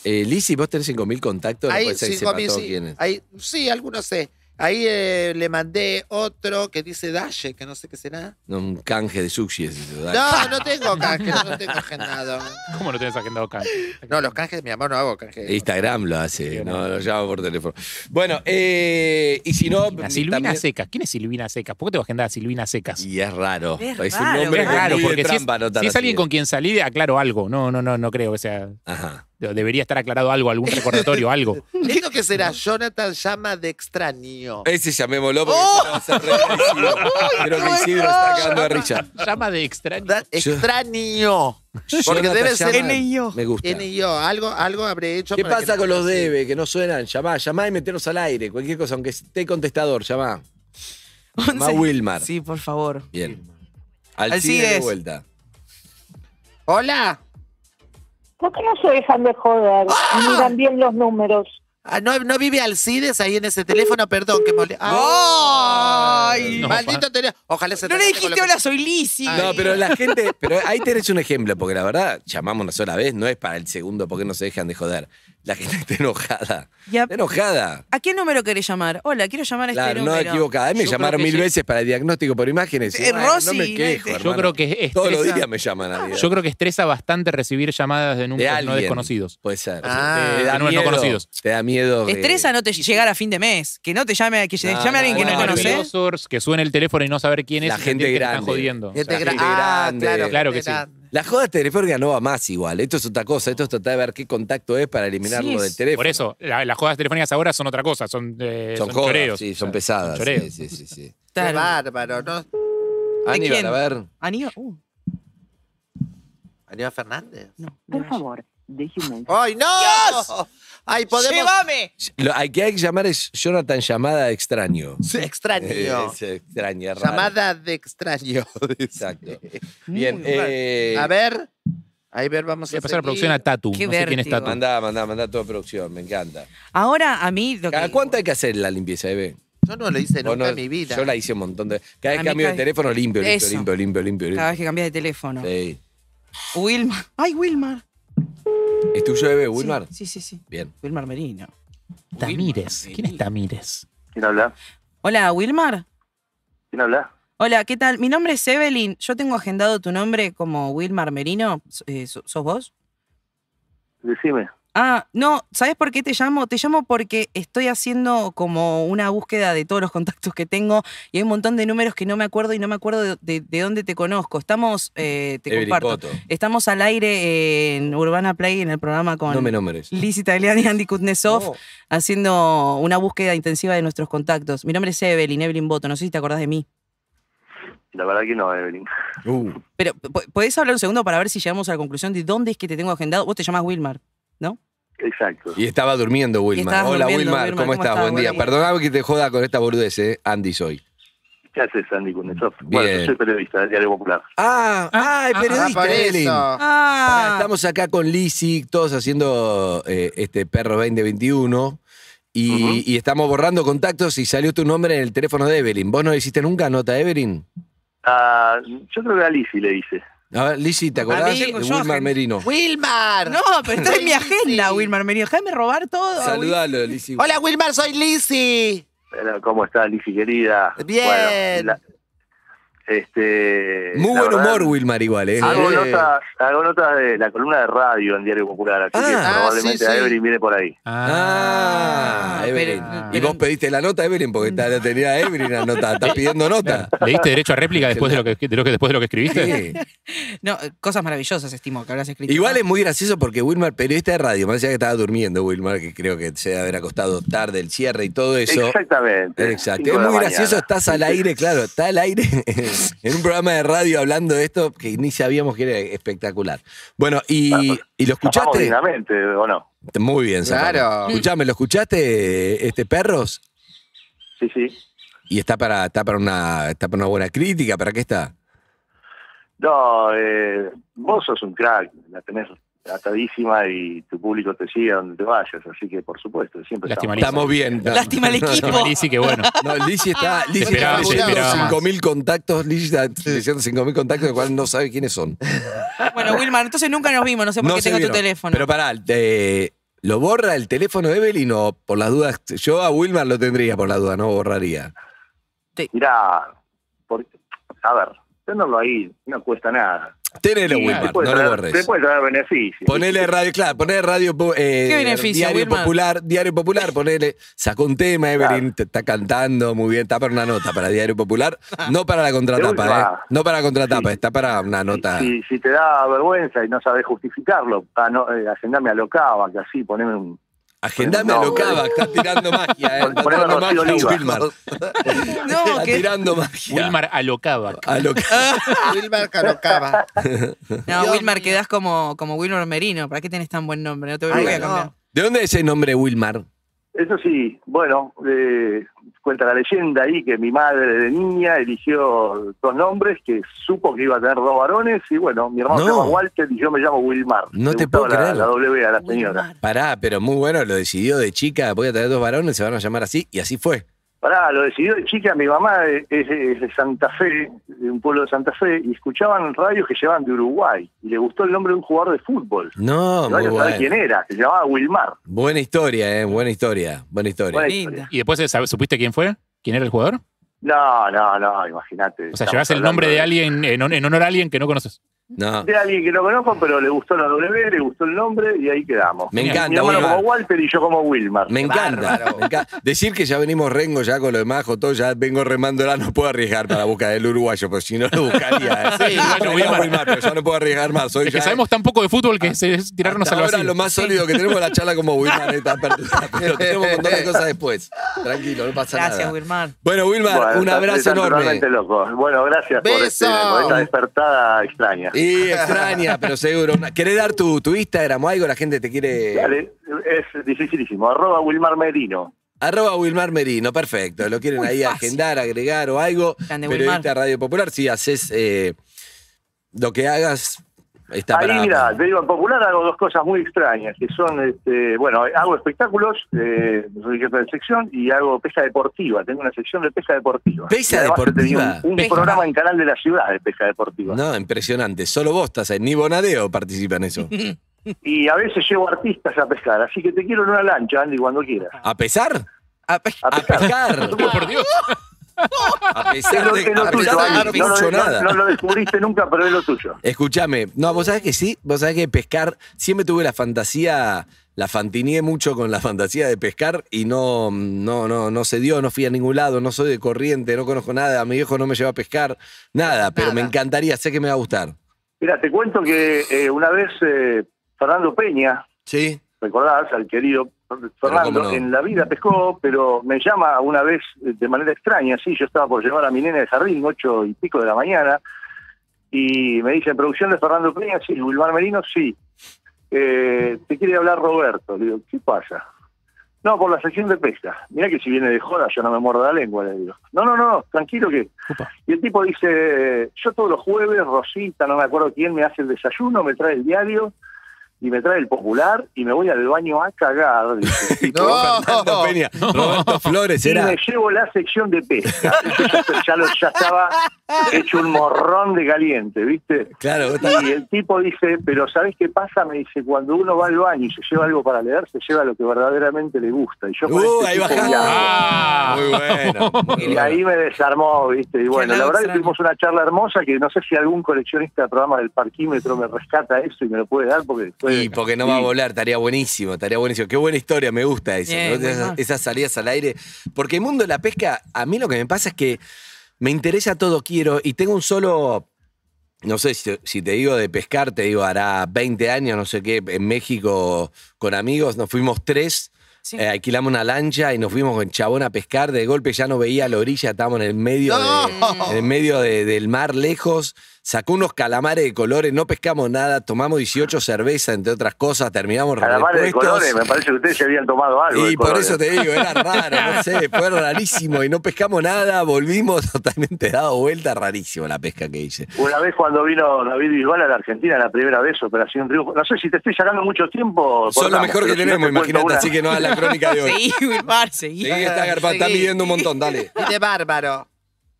[SPEAKER 5] Eh, Lizzy, vos tenés 5.000 contactos. no
[SPEAKER 3] Ahí
[SPEAKER 5] puede ser que
[SPEAKER 3] sí,
[SPEAKER 5] sepa
[SPEAKER 3] comí,
[SPEAKER 5] todo
[SPEAKER 3] sí.
[SPEAKER 5] quién es.
[SPEAKER 3] Ahí- sí, algunos sé. Ahí eh, le mandé otro que dice Dalle, que no sé qué será.
[SPEAKER 5] No, un canje de sushi. es eso, dale.
[SPEAKER 3] No, no tengo canje, no tengo agendado.
[SPEAKER 8] ¿Cómo no tenés agendado acá?
[SPEAKER 3] No, los canjes, mi amor, no hago canjes.
[SPEAKER 5] Instagram lo hace, no lo llama por teléfono. Bueno, eh, y si no.
[SPEAKER 8] La Silvina
[SPEAKER 5] también-
[SPEAKER 8] Secas. ¿Quién es Silvina Secas? ¿Por qué te vas a agendar a Silvina Secas?
[SPEAKER 5] Y es raro.
[SPEAKER 7] Es
[SPEAKER 5] un
[SPEAKER 7] raro,
[SPEAKER 5] nombre
[SPEAKER 7] es
[SPEAKER 5] que
[SPEAKER 8] Claro,
[SPEAKER 5] muy de
[SPEAKER 8] porque si es,
[SPEAKER 5] trampa anotar
[SPEAKER 8] si es
[SPEAKER 5] así,
[SPEAKER 8] alguien
[SPEAKER 5] eh.
[SPEAKER 8] con quien salí, aclaro algo. No, no, no, no creo que sea.
[SPEAKER 5] Ajá.
[SPEAKER 8] Debería estar aclarado algo, algún recordatorio, algo.
[SPEAKER 3] Lindo que será Jonathan llama de extraño.
[SPEAKER 5] Ese llamémoslo porque
[SPEAKER 3] ¡Oh!
[SPEAKER 5] si no va a ser re parecido. Creo que Isidro está cagando de risa.
[SPEAKER 8] Llama de extraño.
[SPEAKER 3] Da- extraño. Porque
[SPEAKER 5] Jonathan
[SPEAKER 3] debe ser
[SPEAKER 5] llama.
[SPEAKER 7] NIO.
[SPEAKER 5] Me gusta.
[SPEAKER 3] N y yo. Algo, algo habré hecho.
[SPEAKER 5] ¿Qué
[SPEAKER 3] para que
[SPEAKER 5] pasa
[SPEAKER 3] no-
[SPEAKER 5] con los debe que no suenan? Llamá, llamá y meteros al aire. Cualquier cosa, aunque esté contestador, llamá. Llamá a
[SPEAKER 7] Once-
[SPEAKER 5] Wilmar.
[SPEAKER 7] Sí, por favor.
[SPEAKER 5] Bien. Alcides de
[SPEAKER 7] Alcides.
[SPEAKER 5] vuelta.
[SPEAKER 3] Hola.
[SPEAKER 12] ¿Por qué no se dejan de joder? Miran bien los números.
[SPEAKER 3] Ah, no, no vive Alcides ahí en ese teléfono, perdón, que mole- Ah.
[SPEAKER 7] ¡Ay!
[SPEAKER 8] No,
[SPEAKER 7] No,
[SPEAKER 3] Maldito teléfono. Ojalá se
[SPEAKER 7] le
[SPEAKER 3] trate con lo
[SPEAKER 7] dijiste
[SPEAKER 3] que-
[SPEAKER 7] hola, soy Lisi.
[SPEAKER 5] No, pero la gente, pero ahí tenés un ejemplo, porque la verdad, llamamos una sola vez, no es para el segundo, porque no se dejan de joder. La gente está enojada.
[SPEAKER 7] Y a-
[SPEAKER 5] Está enojada.
[SPEAKER 7] ¿A qué número querés llamar? Hola, quiero llamar a este
[SPEAKER 5] Claro, no
[SPEAKER 7] número.
[SPEAKER 5] equivocada. A mí me
[SPEAKER 8] Yo
[SPEAKER 5] llamaron
[SPEAKER 8] creo que
[SPEAKER 5] mil
[SPEAKER 8] sí.
[SPEAKER 5] veces para el diagnóstico por imágenes.
[SPEAKER 7] Eh,
[SPEAKER 5] Bueno, no
[SPEAKER 7] Rosy,
[SPEAKER 5] me quejo,
[SPEAKER 7] no te-
[SPEAKER 5] hermano.
[SPEAKER 8] Yo creo que estresa,
[SPEAKER 5] Todos los días me llaman a mí.
[SPEAKER 8] yo creo que estresa bastante recibir llamadas de números no desconocidos.
[SPEAKER 5] Puede ser.
[SPEAKER 3] Ah.
[SPEAKER 5] te da
[SPEAKER 8] De números no
[SPEAKER 5] miedo,
[SPEAKER 8] conocidos.
[SPEAKER 5] Te da miedo.
[SPEAKER 7] Te
[SPEAKER 5] que-
[SPEAKER 7] Estresa no te llegar a fin de mes. Que no te llame, que
[SPEAKER 5] No,
[SPEAKER 7] llame a alguien
[SPEAKER 5] no,
[SPEAKER 7] que no,
[SPEAKER 5] no,
[SPEAKER 7] conoces.
[SPEAKER 8] nerviosos, que suene el teléfono y no saber quién es.
[SPEAKER 5] La
[SPEAKER 8] y
[SPEAKER 5] gente
[SPEAKER 8] sentir que te
[SPEAKER 5] grande.
[SPEAKER 8] están jodiendo.
[SPEAKER 3] Gente
[SPEAKER 8] O sea,
[SPEAKER 3] gra-
[SPEAKER 5] gente
[SPEAKER 3] ah,
[SPEAKER 5] grande.
[SPEAKER 3] claro,
[SPEAKER 8] Claro
[SPEAKER 3] gente
[SPEAKER 8] que sí.
[SPEAKER 3] grande.
[SPEAKER 5] La joda telefónica no va más igual. Esto es otra cosa. Esto es tratar de ver qué contacto es para eliminarlo
[SPEAKER 8] Sí,
[SPEAKER 5] del
[SPEAKER 8] es-
[SPEAKER 5] teléfono.
[SPEAKER 8] Por eso, la- las jodas telefónicas ahora son otra cosa, son, eh,
[SPEAKER 5] Son
[SPEAKER 8] son,
[SPEAKER 5] jodas,
[SPEAKER 8] choreos.
[SPEAKER 5] sí, son pesadas.
[SPEAKER 8] son choreos.
[SPEAKER 5] Sí, sí, sí, sí.
[SPEAKER 3] Qué bárbaro, ¿no?
[SPEAKER 5] Aníbal,
[SPEAKER 7] quién?
[SPEAKER 5] a ver.
[SPEAKER 7] Aníbal. uh,
[SPEAKER 3] Aníbal Fernández.
[SPEAKER 13] Por favor, deje un mensaje.
[SPEAKER 3] ¡Ay, no! ¡Ay, podemos!
[SPEAKER 7] ¡Llévame!
[SPEAKER 5] Lo hay que hay que llamar es Jonathan Llamada Extraño.
[SPEAKER 3] Extraño.
[SPEAKER 5] Eh, es extraña, raro.
[SPEAKER 3] Llamada de extraño.
[SPEAKER 5] Exacto. Bien.
[SPEAKER 3] Muy raro.
[SPEAKER 5] eh,
[SPEAKER 3] a ver. A ver, vamos a,
[SPEAKER 8] pasar la producción a Tatu.
[SPEAKER 7] Qué
[SPEAKER 8] no sé quién es
[SPEAKER 7] vértigo.
[SPEAKER 8] Tatu.
[SPEAKER 5] Mandá, mandá, mandá toda producción. Me encanta.
[SPEAKER 7] Ahora a mí lo
[SPEAKER 5] ¿Cada
[SPEAKER 7] que.
[SPEAKER 5] cuánto hay que hacer la limpieza, bebé?
[SPEAKER 3] Yo no lo hice
[SPEAKER 5] Vos
[SPEAKER 3] nunca
[SPEAKER 5] no-
[SPEAKER 3] en mi vida. Ah,
[SPEAKER 5] Yo la hice un montón de. Cada
[SPEAKER 7] A
[SPEAKER 5] vez
[SPEAKER 7] mí
[SPEAKER 5] cambio de
[SPEAKER 7] cada-
[SPEAKER 5] teléfono, limpio, limpio,
[SPEAKER 7] Eso.
[SPEAKER 5] limpio, limpio, limpio. limpio.
[SPEAKER 7] Cada vez que cambias de teléfono.
[SPEAKER 5] Sí.
[SPEAKER 7] Wilmar. ¡Ay, Wilmar!
[SPEAKER 5] ¿Es tuyo, bebé, Wilmar?
[SPEAKER 7] Sí, sí, sí.
[SPEAKER 5] Bien.
[SPEAKER 7] Wilmar Merino.
[SPEAKER 8] Tamírez. ¿Quién es Tamírez?
[SPEAKER 14] ¿Quién habla?
[SPEAKER 7] Hola, Wilmar.
[SPEAKER 14] ¿Quién habla?
[SPEAKER 7] Hola, ¿qué tal? Mi nombre es Evelyn. Yo tengo agendado tu nombre como Wilmar Merino. Eh, ¿so- ¿Sos vos?
[SPEAKER 14] Decime.
[SPEAKER 7] Ah, no, ¿sabes por qué te llamo? Te llamo porque estoy haciendo como una búsqueda de todos los contactos que tengo y hay un montón de números que no me acuerdo y no me acuerdo de, de- de dónde te conozco. Estamos, eh, te
[SPEAKER 5] Evelyn Cotto.
[SPEAKER 7] comparto, estamos al aire en Urbana Play en el programa con
[SPEAKER 5] No me nombres.
[SPEAKER 7] Liz Italiani y Andy Kuznetsov
[SPEAKER 5] No.
[SPEAKER 7] haciendo una búsqueda intensiva de nuestros contactos. Mi nombre es Evelyn, Evelyn Boto, no sé si te acordás de mí.
[SPEAKER 14] La verdad que no, Evelyn.
[SPEAKER 5] Uh,
[SPEAKER 7] Pero, ¿po- ¿podés hablar un segundo para ver si llegamos a la conclusión de dónde es que te tengo agendado? Vos te llamás Wilmar, ¿no?
[SPEAKER 14] Exacto.
[SPEAKER 5] Y estaba durmiendo, Wilmar.
[SPEAKER 7] estabas
[SPEAKER 5] Hola,
[SPEAKER 7] durmiendo,
[SPEAKER 5] Wilmar, ¿cómo, estás? Buen día. Perdóname que te joda con esta boludez, eh. Andy soy.
[SPEAKER 14] ¿Qué haces, Andy Kuznetsov?
[SPEAKER 5] Bien.
[SPEAKER 14] Bueno, soy periodista del Diario Popular.
[SPEAKER 5] Ah, ah, es
[SPEAKER 3] ah,
[SPEAKER 5] periodista,
[SPEAKER 3] por eso.
[SPEAKER 5] Evelyn.
[SPEAKER 7] Ah.
[SPEAKER 5] Pará, Estamos acá con Lizzy, todos haciendo eh, este Perro 2021. Y, y estamos borrando contactos y salió tu nombre en el teléfono de Evelyn. ¿Vos no hiciste nunca nota, Evelyn?
[SPEAKER 14] Ah, yo creo que a Lizzy le dice.
[SPEAKER 5] A ver, Lizzy, ¿te acordás?
[SPEAKER 7] mí,
[SPEAKER 5] de
[SPEAKER 7] yo,
[SPEAKER 5] Wilmar
[SPEAKER 7] gente.
[SPEAKER 5] Merino.
[SPEAKER 3] ¡Wilmar!
[SPEAKER 7] No, pero está en mi agenda, Wilmar Merino. Déjame robar todo.
[SPEAKER 5] Saludalo, Lizzy.
[SPEAKER 3] Hola, Wilmar, soy Lizzy.
[SPEAKER 14] Bueno, ¿Cómo estás, Lizzy, querida?
[SPEAKER 3] Bien.
[SPEAKER 14] Bueno, la- este,
[SPEAKER 5] Muy
[SPEAKER 14] la
[SPEAKER 5] buen
[SPEAKER 14] verdad,
[SPEAKER 5] humor, Wilmar, igual, ¿eh?
[SPEAKER 14] Hago
[SPEAKER 5] Sí.
[SPEAKER 14] notas, hago notas de la columna de radio en Diario Popular, así que
[SPEAKER 5] Ah,
[SPEAKER 14] probablemente
[SPEAKER 5] sí, sí.
[SPEAKER 14] a Evelyn viene por ahí.
[SPEAKER 5] Ah, Evelyn. y vos pediste la nota, Evelyn, porque está- la tenía Evelyn la nota. Estás pidiendo nota.
[SPEAKER 8] ¿Le diste derecho a réplica después de lo que, de lo que- después de lo que escribiste?
[SPEAKER 5] Sí.
[SPEAKER 7] No, eh, cosas maravillosas, estimo, que habrás escrito.
[SPEAKER 5] Igual es muy gracioso porque Wilmar, periodista de radio, más allá que estaba durmiendo Wilmar, que creo que se debe haber acostado tarde el cierre y todo eso.
[SPEAKER 14] Exactamente.
[SPEAKER 5] Exacto.
[SPEAKER 14] Cinco
[SPEAKER 5] Es
[SPEAKER 14] de la
[SPEAKER 5] muy
[SPEAKER 14] mañana.
[SPEAKER 5] gracioso, estás al aire, claro, está al aire en un programa de radio hablando de esto que ni sabíamos que era espectacular. Bueno, y, y lo
[SPEAKER 14] Zafamos
[SPEAKER 5] escuchaste.
[SPEAKER 14] dignamente, ¿o no?
[SPEAKER 5] Muy bien, Zafaro.
[SPEAKER 3] Claro.
[SPEAKER 5] Escuchame, ¿lo escuchaste, este perros?
[SPEAKER 14] Sí, sí.
[SPEAKER 5] Y está para, está para una, está para una buena crítica, ¿para qué está?
[SPEAKER 14] No, eh, vos sos un crack, la tenés atadísima y tu público te sigue a donde te vayas, así que por supuesto, siempre
[SPEAKER 8] Lástima,
[SPEAKER 14] estamos.
[SPEAKER 5] Estamos bien. no.
[SPEAKER 7] Lástima el equipo.
[SPEAKER 8] Lástima, Lizzy, que bueno.
[SPEAKER 5] No, Lizzy está, Lizzy
[SPEAKER 8] Te esperaba-
[SPEAKER 5] está
[SPEAKER 8] te
[SPEAKER 5] diciendo
[SPEAKER 8] esperaba más.
[SPEAKER 5] 5.000 contactos, Lizzy está diciendo 5.000 contactos, de cual no sabe quiénes son.
[SPEAKER 7] Ah, Bueno, Wilmar, entonces nunca nos vimos, no sé por
[SPEAKER 5] No
[SPEAKER 7] qué
[SPEAKER 5] se
[SPEAKER 7] tengo tu
[SPEAKER 5] vieron.
[SPEAKER 7] teléfono.
[SPEAKER 5] Pero pará, eh, ¿lo borra el teléfono de Evelyn o por las dudas? Yo a Wilmar lo tendría por la duda, no borraría.
[SPEAKER 14] Mirá, por- a ver, tenerlo ahí no cuesta nada.
[SPEAKER 5] Tenelo,
[SPEAKER 14] Sí,
[SPEAKER 5] Wilmar,
[SPEAKER 14] te puede
[SPEAKER 5] no lo
[SPEAKER 14] traer-
[SPEAKER 5] borres.
[SPEAKER 14] Te puede traer beneficios.
[SPEAKER 5] Ponele radio, claro, ponele radio. po- eh,
[SPEAKER 7] ¿Qué beneficio,
[SPEAKER 5] Diario
[SPEAKER 7] Wilmar?
[SPEAKER 5] Popular, Diario Popular, ponele. Sacó un tema, Evelyn, te está cantando muy bien, está para una nota para Diario Popular. No para la contratapa,
[SPEAKER 14] última.
[SPEAKER 5] ¿eh? No para la contratapa, está para una nota.
[SPEAKER 14] Si, si te da vergüenza y no sabes justificarlo, ah, no, eh, agendame a Locava, que así poneme un...
[SPEAKER 5] Agendame a
[SPEAKER 14] No,
[SPEAKER 5] Locava,
[SPEAKER 14] eh.
[SPEAKER 5] está tirando magia, ¿eh? Está
[SPEAKER 14] Poneme
[SPEAKER 5] tirando
[SPEAKER 14] Rocío
[SPEAKER 5] magia,
[SPEAKER 14] Oliva.
[SPEAKER 5] Wilmar.
[SPEAKER 7] No,
[SPEAKER 5] Está
[SPEAKER 7] que-
[SPEAKER 5] tirando magia.
[SPEAKER 8] Wilmar alocaba.
[SPEAKER 5] A lo que-
[SPEAKER 14] Ah.
[SPEAKER 3] Wilmar Canocaba.
[SPEAKER 7] No,
[SPEAKER 3] Dios
[SPEAKER 7] Wilmar, quedás como, como Wilmar Merino. ¿Para qué tenés tan buen nombre? No te voy,
[SPEAKER 14] Ay,
[SPEAKER 7] voy a
[SPEAKER 14] no.
[SPEAKER 7] cambiar.
[SPEAKER 5] ¿De dónde es el nombre Wilmar?
[SPEAKER 14] Eso sí, bueno, eh, cuenta la leyenda ahí que mi madre de niña eligió dos nombres, que supo que iba a tener dos varones, y bueno, mi hermano
[SPEAKER 5] No.
[SPEAKER 14] se llama Walter y yo me llamo Wilmar.
[SPEAKER 5] No
[SPEAKER 14] Le
[SPEAKER 5] te
[SPEAKER 14] gustaba
[SPEAKER 5] puedo
[SPEAKER 14] la-
[SPEAKER 5] creer.
[SPEAKER 14] La W a la señora.
[SPEAKER 5] Pará, pero muy bueno, lo decidió de chica, voy a traer dos varones, se van a llamar así, y así fue.
[SPEAKER 14] Pará, lo decidió de chica, mi mamá es, es de Santa Fe, de un pueblo de Santa Fe, y escuchaban radios que llevaban de Uruguay, y le gustó el nombre de un jugador de fútbol.
[SPEAKER 5] No,
[SPEAKER 14] No
[SPEAKER 5] Oh, muy
[SPEAKER 14] hay que saber quién
[SPEAKER 5] bueno.
[SPEAKER 14] era, se llamaba Wilmar.
[SPEAKER 5] Buena historia, eh, buena historia, buena historia.
[SPEAKER 14] Buena
[SPEAKER 7] Linda.
[SPEAKER 8] ¿Y después eh, ¿sab- supiste quién fue? ¿Quién era el jugador?
[SPEAKER 14] No, no, no, imagínate.
[SPEAKER 8] O sea,
[SPEAKER 14] Estamos
[SPEAKER 8] llevas el nombre
[SPEAKER 14] hablando
[SPEAKER 8] de alguien en, hon- en honor a alguien que no conoces.
[SPEAKER 5] No.
[SPEAKER 14] de alguien que no conozco, pero le gustó la W, le gustó el nombre y ahí quedamos.
[SPEAKER 5] Me encanta,
[SPEAKER 14] Mi hermano
[SPEAKER 5] Wilmar.
[SPEAKER 14] como Walter y yo como Wilmar.
[SPEAKER 5] Me encanta, me encanta. Decir que ya venimos rengo ya con lo de Majo, todo, ya vengo remándola, no puedo arriesgar para buscar el uruguayo, pues si no lo buscaría.
[SPEAKER 8] Sí, uruguayo,
[SPEAKER 5] Porque
[SPEAKER 8] Wilmar.
[SPEAKER 5] no, Wilmar, pero ya no puedo arriesgar más. Soy
[SPEAKER 8] Es que
[SPEAKER 5] ya- Ah.
[SPEAKER 8] sabemos tan poco de fútbol que se- es tirarnos
[SPEAKER 5] hasta
[SPEAKER 8] al
[SPEAKER 5] ahora
[SPEAKER 8] vacío.
[SPEAKER 5] lo más sólido que tenemos es la charla como Wilmar eh, en esta apertura, pero tenemos un montón de cosas después. Tranquilo, no pasa nada.
[SPEAKER 7] Gracias, Wilmar.
[SPEAKER 5] Bueno, Wilmar,
[SPEAKER 14] Bueno,
[SPEAKER 5] un
[SPEAKER 14] está-
[SPEAKER 5] abrazo
[SPEAKER 14] están
[SPEAKER 5] enorme.
[SPEAKER 14] totalmente locos. Bueno, gracias por, este-
[SPEAKER 5] Beso.
[SPEAKER 14] por esta despertada extraña.
[SPEAKER 5] Y extraña, pero seguro. Una- ¿Querés dar tu, tu Instagram o algo? La gente te quiere.
[SPEAKER 14] Dale, es dificilísimo. Arroba Wilmar Merino.
[SPEAKER 5] Arroba Wilmar Merino, perfecto. Lo quieren ahí agendar, agregar o algo.
[SPEAKER 7] Grande,
[SPEAKER 5] Periodista
[SPEAKER 7] Wilmar.
[SPEAKER 5] Radio Popular, si haces eh, lo que hagas, está
[SPEAKER 14] Ahí
[SPEAKER 5] para.
[SPEAKER 14] mira, te digo, en popular hago dos cosas muy extrañas, que son, este, bueno, hago espectáculos, eh, soy jefe de sección, y hago pesca deportiva, tengo una sección de pesca deportiva.
[SPEAKER 5] ¿Pesca
[SPEAKER 14] Y además yo tenía
[SPEAKER 5] deportiva?
[SPEAKER 14] Un, un
[SPEAKER 5] Pesca.
[SPEAKER 14] programa en Canal de la Ciudad de pesca deportiva.
[SPEAKER 5] No, impresionante. Solo vos estás ahí. Ni Bonadeo participa en eso.
[SPEAKER 14] Y a veces llevo artistas a pescar, así que te quiero en una lancha, Andy, cuando quieras.
[SPEAKER 5] ¿A pesar?
[SPEAKER 7] A,
[SPEAKER 14] pescar.
[SPEAKER 5] pescar.
[SPEAKER 8] Por Dios.
[SPEAKER 5] A pesar
[SPEAKER 14] Es lo-
[SPEAKER 5] de,
[SPEAKER 14] es lo
[SPEAKER 5] a
[SPEAKER 14] tuyo,
[SPEAKER 5] pesar de
[SPEAKER 14] Andy,
[SPEAKER 5] que no
[SPEAKER 14] no lo-
[SPEAKER 5] pincho
[SPEAKER 14] no-
[SPEAKER 5] nada.
[SPEAKER 14] no lo descubriste nunca, pero es lo tuyo.
[SPEAKER 5] Escúchame, no, vos sabés que sí, vos sabés que pescar, siempre tuve la fantasía, la fantineé mucho con la fantasía de pescar y no, no, no, no se dio, no fui a ningún lado, no soy de corriente, no conozco nada, mi viejo no me lleva a pescar, nada, pero me encantaría, sé que me va a gustar.
[SPEAKER 14] Mira, te cuento que eh, una vez eh, Fernando Peña,
[SPEAKER 5] Sí.
[SPEAKER 14] recordás al querido
[SPEAKER 5] cómo
[SPEAKER 14] Fernando,
[SPEAKER 5] no.
[SPEAKER 14] en la vida pescó, pero me llama una vez eh, de manera extraña, sí, yo estaba por llevar a mi nena de jardín, ocho y pico de la mañana, y me dice, producción de Fernando Peña, sí, Wilmar Merino, sí. Eh, te quiere hablar Roberto. Le digo, ¿qué pasa? No, por la sección de pesca. Mira que si viene de joda, yo no me muerdo la lengua, le digo. No, no, no, tranquilo que. Y el tipo dice, yo todos los jueves, Rosita, no me acuerdo quién, me hace el desayuno, me trae el diario y me trae el popular y me voy al baño a cagar. dice.
[SPEAKER 5] Fernando Peña, Roberto Flores
[SPEAKER 14] Y
[SPEAKER 5] era.
[SPEAKER 14] me llevo la sección de pesca. Yo ya, ya lo- ya estaba hecho un morrón de caliente, ¿viste?
[SPEAKER 5] Claro, vos estás-
[SPEAKER 14] Y el tipo dice, pero ¿sabés qué pasa? Me dice, cuando uno va al baño y se lleva algo para leer, se lleva lo que verdaderamente le gusta. Y yo con
[SPEAKER 5] Uh,
[SPEAKER 14] este
[SPEAKER 5] ahí
[SPEAKER 14] tipo
[SPEAKER 5] bajás.
[SPEAKER 14] hablando.
[SPEAKER 5] Ah, muy bueno. muy
[SPEAKER 14] Y
[SPEAKER 5] bueno.
[SPEAKER 14] ahí me desarmó, ¿viste? Y bueno, la
[SPEAKER 7] lado
[SPEAKER 14] verdad que
[SPEAKER 7] extraño.
[SPEAKER 14] tuvimos una charla hermosa que no sé si algún coleccionista de programas del parquímetro me rescata eso y me lo puede dar porque después...
[SPEAKER 5] Y porque no va a volar, estaría buenísimo, estaría buenísimo. Qué buena historia, me gusta eso.
[SPEAKER 7] Bien,
[SPEAKER 5] ¿no?
[SPEAKER 7] muy
[SPEAKER 5] Esas,
[SPEAKER 7] mal.
[SPEAKER 5] esas salidas al aire. Porque el mundo de la pesca, a mí lo que me pasa es que me interesa todo, quiero, y tengo un solo. No sé, si, si te digo de pescar, te digo, hará 20 años, no sé qué, en México con amigos, nos fuimos tres,
[SPEAKER 7] Sí.
[SPEAKER 5] eh, alquilamos una lancha y nos fuimos con chabón a pescar, de golpe ya no veía la orilla, estábamos en el medio de, en el medio de- del mar lejos, sacó unos calamares de colores, no pescamos nada, tomamos 18 cervezas, entre otras cosas, terminamos
[SPEAKER 14] Ah. Calamares de
[SPEAKER 5] repuestos.
[SPEAKER 14] colores, me parece que ustedes se habían tomado algo.
[SPEAKER 5] Y
[SPEAKER 14] de
[SPEAKER 5] por
[SPEAKER 14] colores.
[SPEAKER 5] eso te digo, era raro, no sé, fue rarísimo y no pescamos nada, volvimos totalmente dado vuelta, rarísimo la pesca que hice.
[SPEAKER 14] Una vez cuando vino David Bisbal a la Argentina, la primera vez, Operación Triunfo. No sé si te estoy sacando mucho tiempo.
[SPEAKER 5] Son lo
[SPEAKER 14] cortamos,
[SPEAKER 5] mejor que
[SPEAKER 14] pero si no
[SPEAKER 5] tenemos,
[SPEAKER 14] te cuento
[SPEAKER 5] imagínate,
[SPEAKER 14] una.
[SPEAKER 5] así que no es la crónica de hoy.
[SPEAKER 7] Seguí, Wilmar, seguí.
[SPEAKER 5] Seguí, está garpa, está
[SPEAKER 7] Seguí.
[SPEAKER 5] midiendo un montón, dale.
[SPEAKER 3] Viste, bárbaro.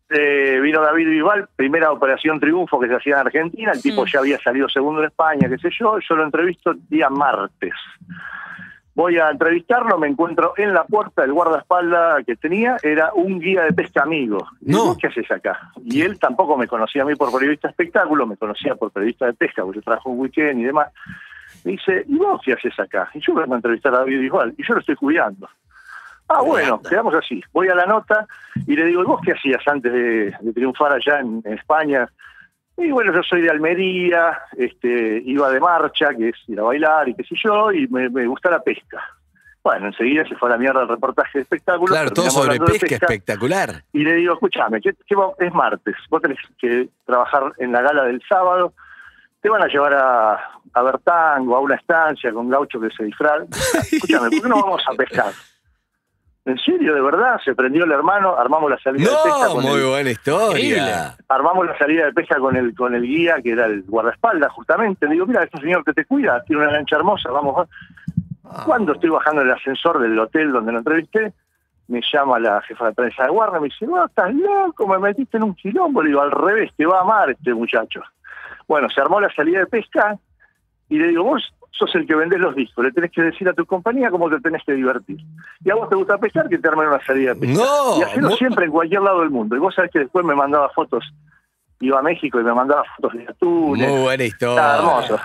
[SPEAKER 14] Eh, vino David Bisbal, primera Operación Triunfo que se hacía en Argentina. El tipo ya había salido segundo en España, qué sé yo. Yo lo entrevisto día martes. Voy a entrevistarlo, me encuentro en la puerta del guardaespaldas que tenía, era un guía de pesca amigo. Y
[SPEAKER 5] No.
[SPEAKER 14] digo, ¿Qué haces acá? Y él tampoco me conocía a mí por periodista de espectáculo, me conocía por periodista de pesca, porque yo trabajo un weekend y demás. Me dice, ¿y vos qué haces acá? Y yo vengo a entrevistar a David igual, y yo lo estoy cuidando. Ah, bueno, quedamos así. Voy a la nota y le digo, ¿y vos qué hacías antes de, de triunfar allá en, en España? Y bueno, yo soy de Almería, este, iba de marcha, que es ir a bailar y qué sé yo, y me, me gusta la pesca. Bueno, enseguida se fue a la mierda el reportaje de espectáculos.
[SPEAKER 5] Claro, todo
[SPEAKER 14] terminamos
[SPEAKER 5] sobre
[SPEAKER 14] hablando de
[SPEAKER 5] pesca, espectacular.
[SPEAKER 14] y le digo, escúchame, ¿qué- qué va- es martes, vos tenés que trabajar en la gala del sábado, te van a llevar a, a ver tango, a una estancia con gaucho que se disfraz. Escúchame, ¿por qué no vamos a pescar? ¿En serio, de verdad? Se prendió el hermano, armamos la salida de pesca.
[SPEAKER 5] No,
[SPEAKER 14] con
[SPEAKER 5] muy
[SPEAKER 14] el-
[SPEAKER 5] buena historia.
[SPEAKER 14] Armamos la salida de pesca con el con el guía, que era el guardaespaldas, justamente. Le digo, mira, este señor que te cuida, tiene una lancha hermosa, vamos. va".
[SPEAKER 5] Ah.
[SPEAKER 3] Ah.
[SPEAKER 14] Cuando estoy bajando el ascensor del hotel donde lo entrevisté, me llama la jefa de prensa de guardia, me dice, no, estás loco, me metiste en un quilombo. Le digo, al revés, te va a amar este muchacho. Bueno, se armó la salida de pesca y le digo, vos sos el que vendés los discos, le tenés que decir a tu compañía cómo te tenés que divertir. Y a vos te gusta pescar, que te armen una salida de pesca.
[SPEAKER 5] No,
[SPEAKER 14] y hacerlo
[SPEAKER 5] mu-
[SPEAKER 14] siempre en cualquier lado del mundo. Y vos sabés que después me mandaba fotos iba a México y me mandaba fotos de Asturias.
[SPEAKER 5] Muy buena historia.
[SPEAKER 14] Estaba hermoso.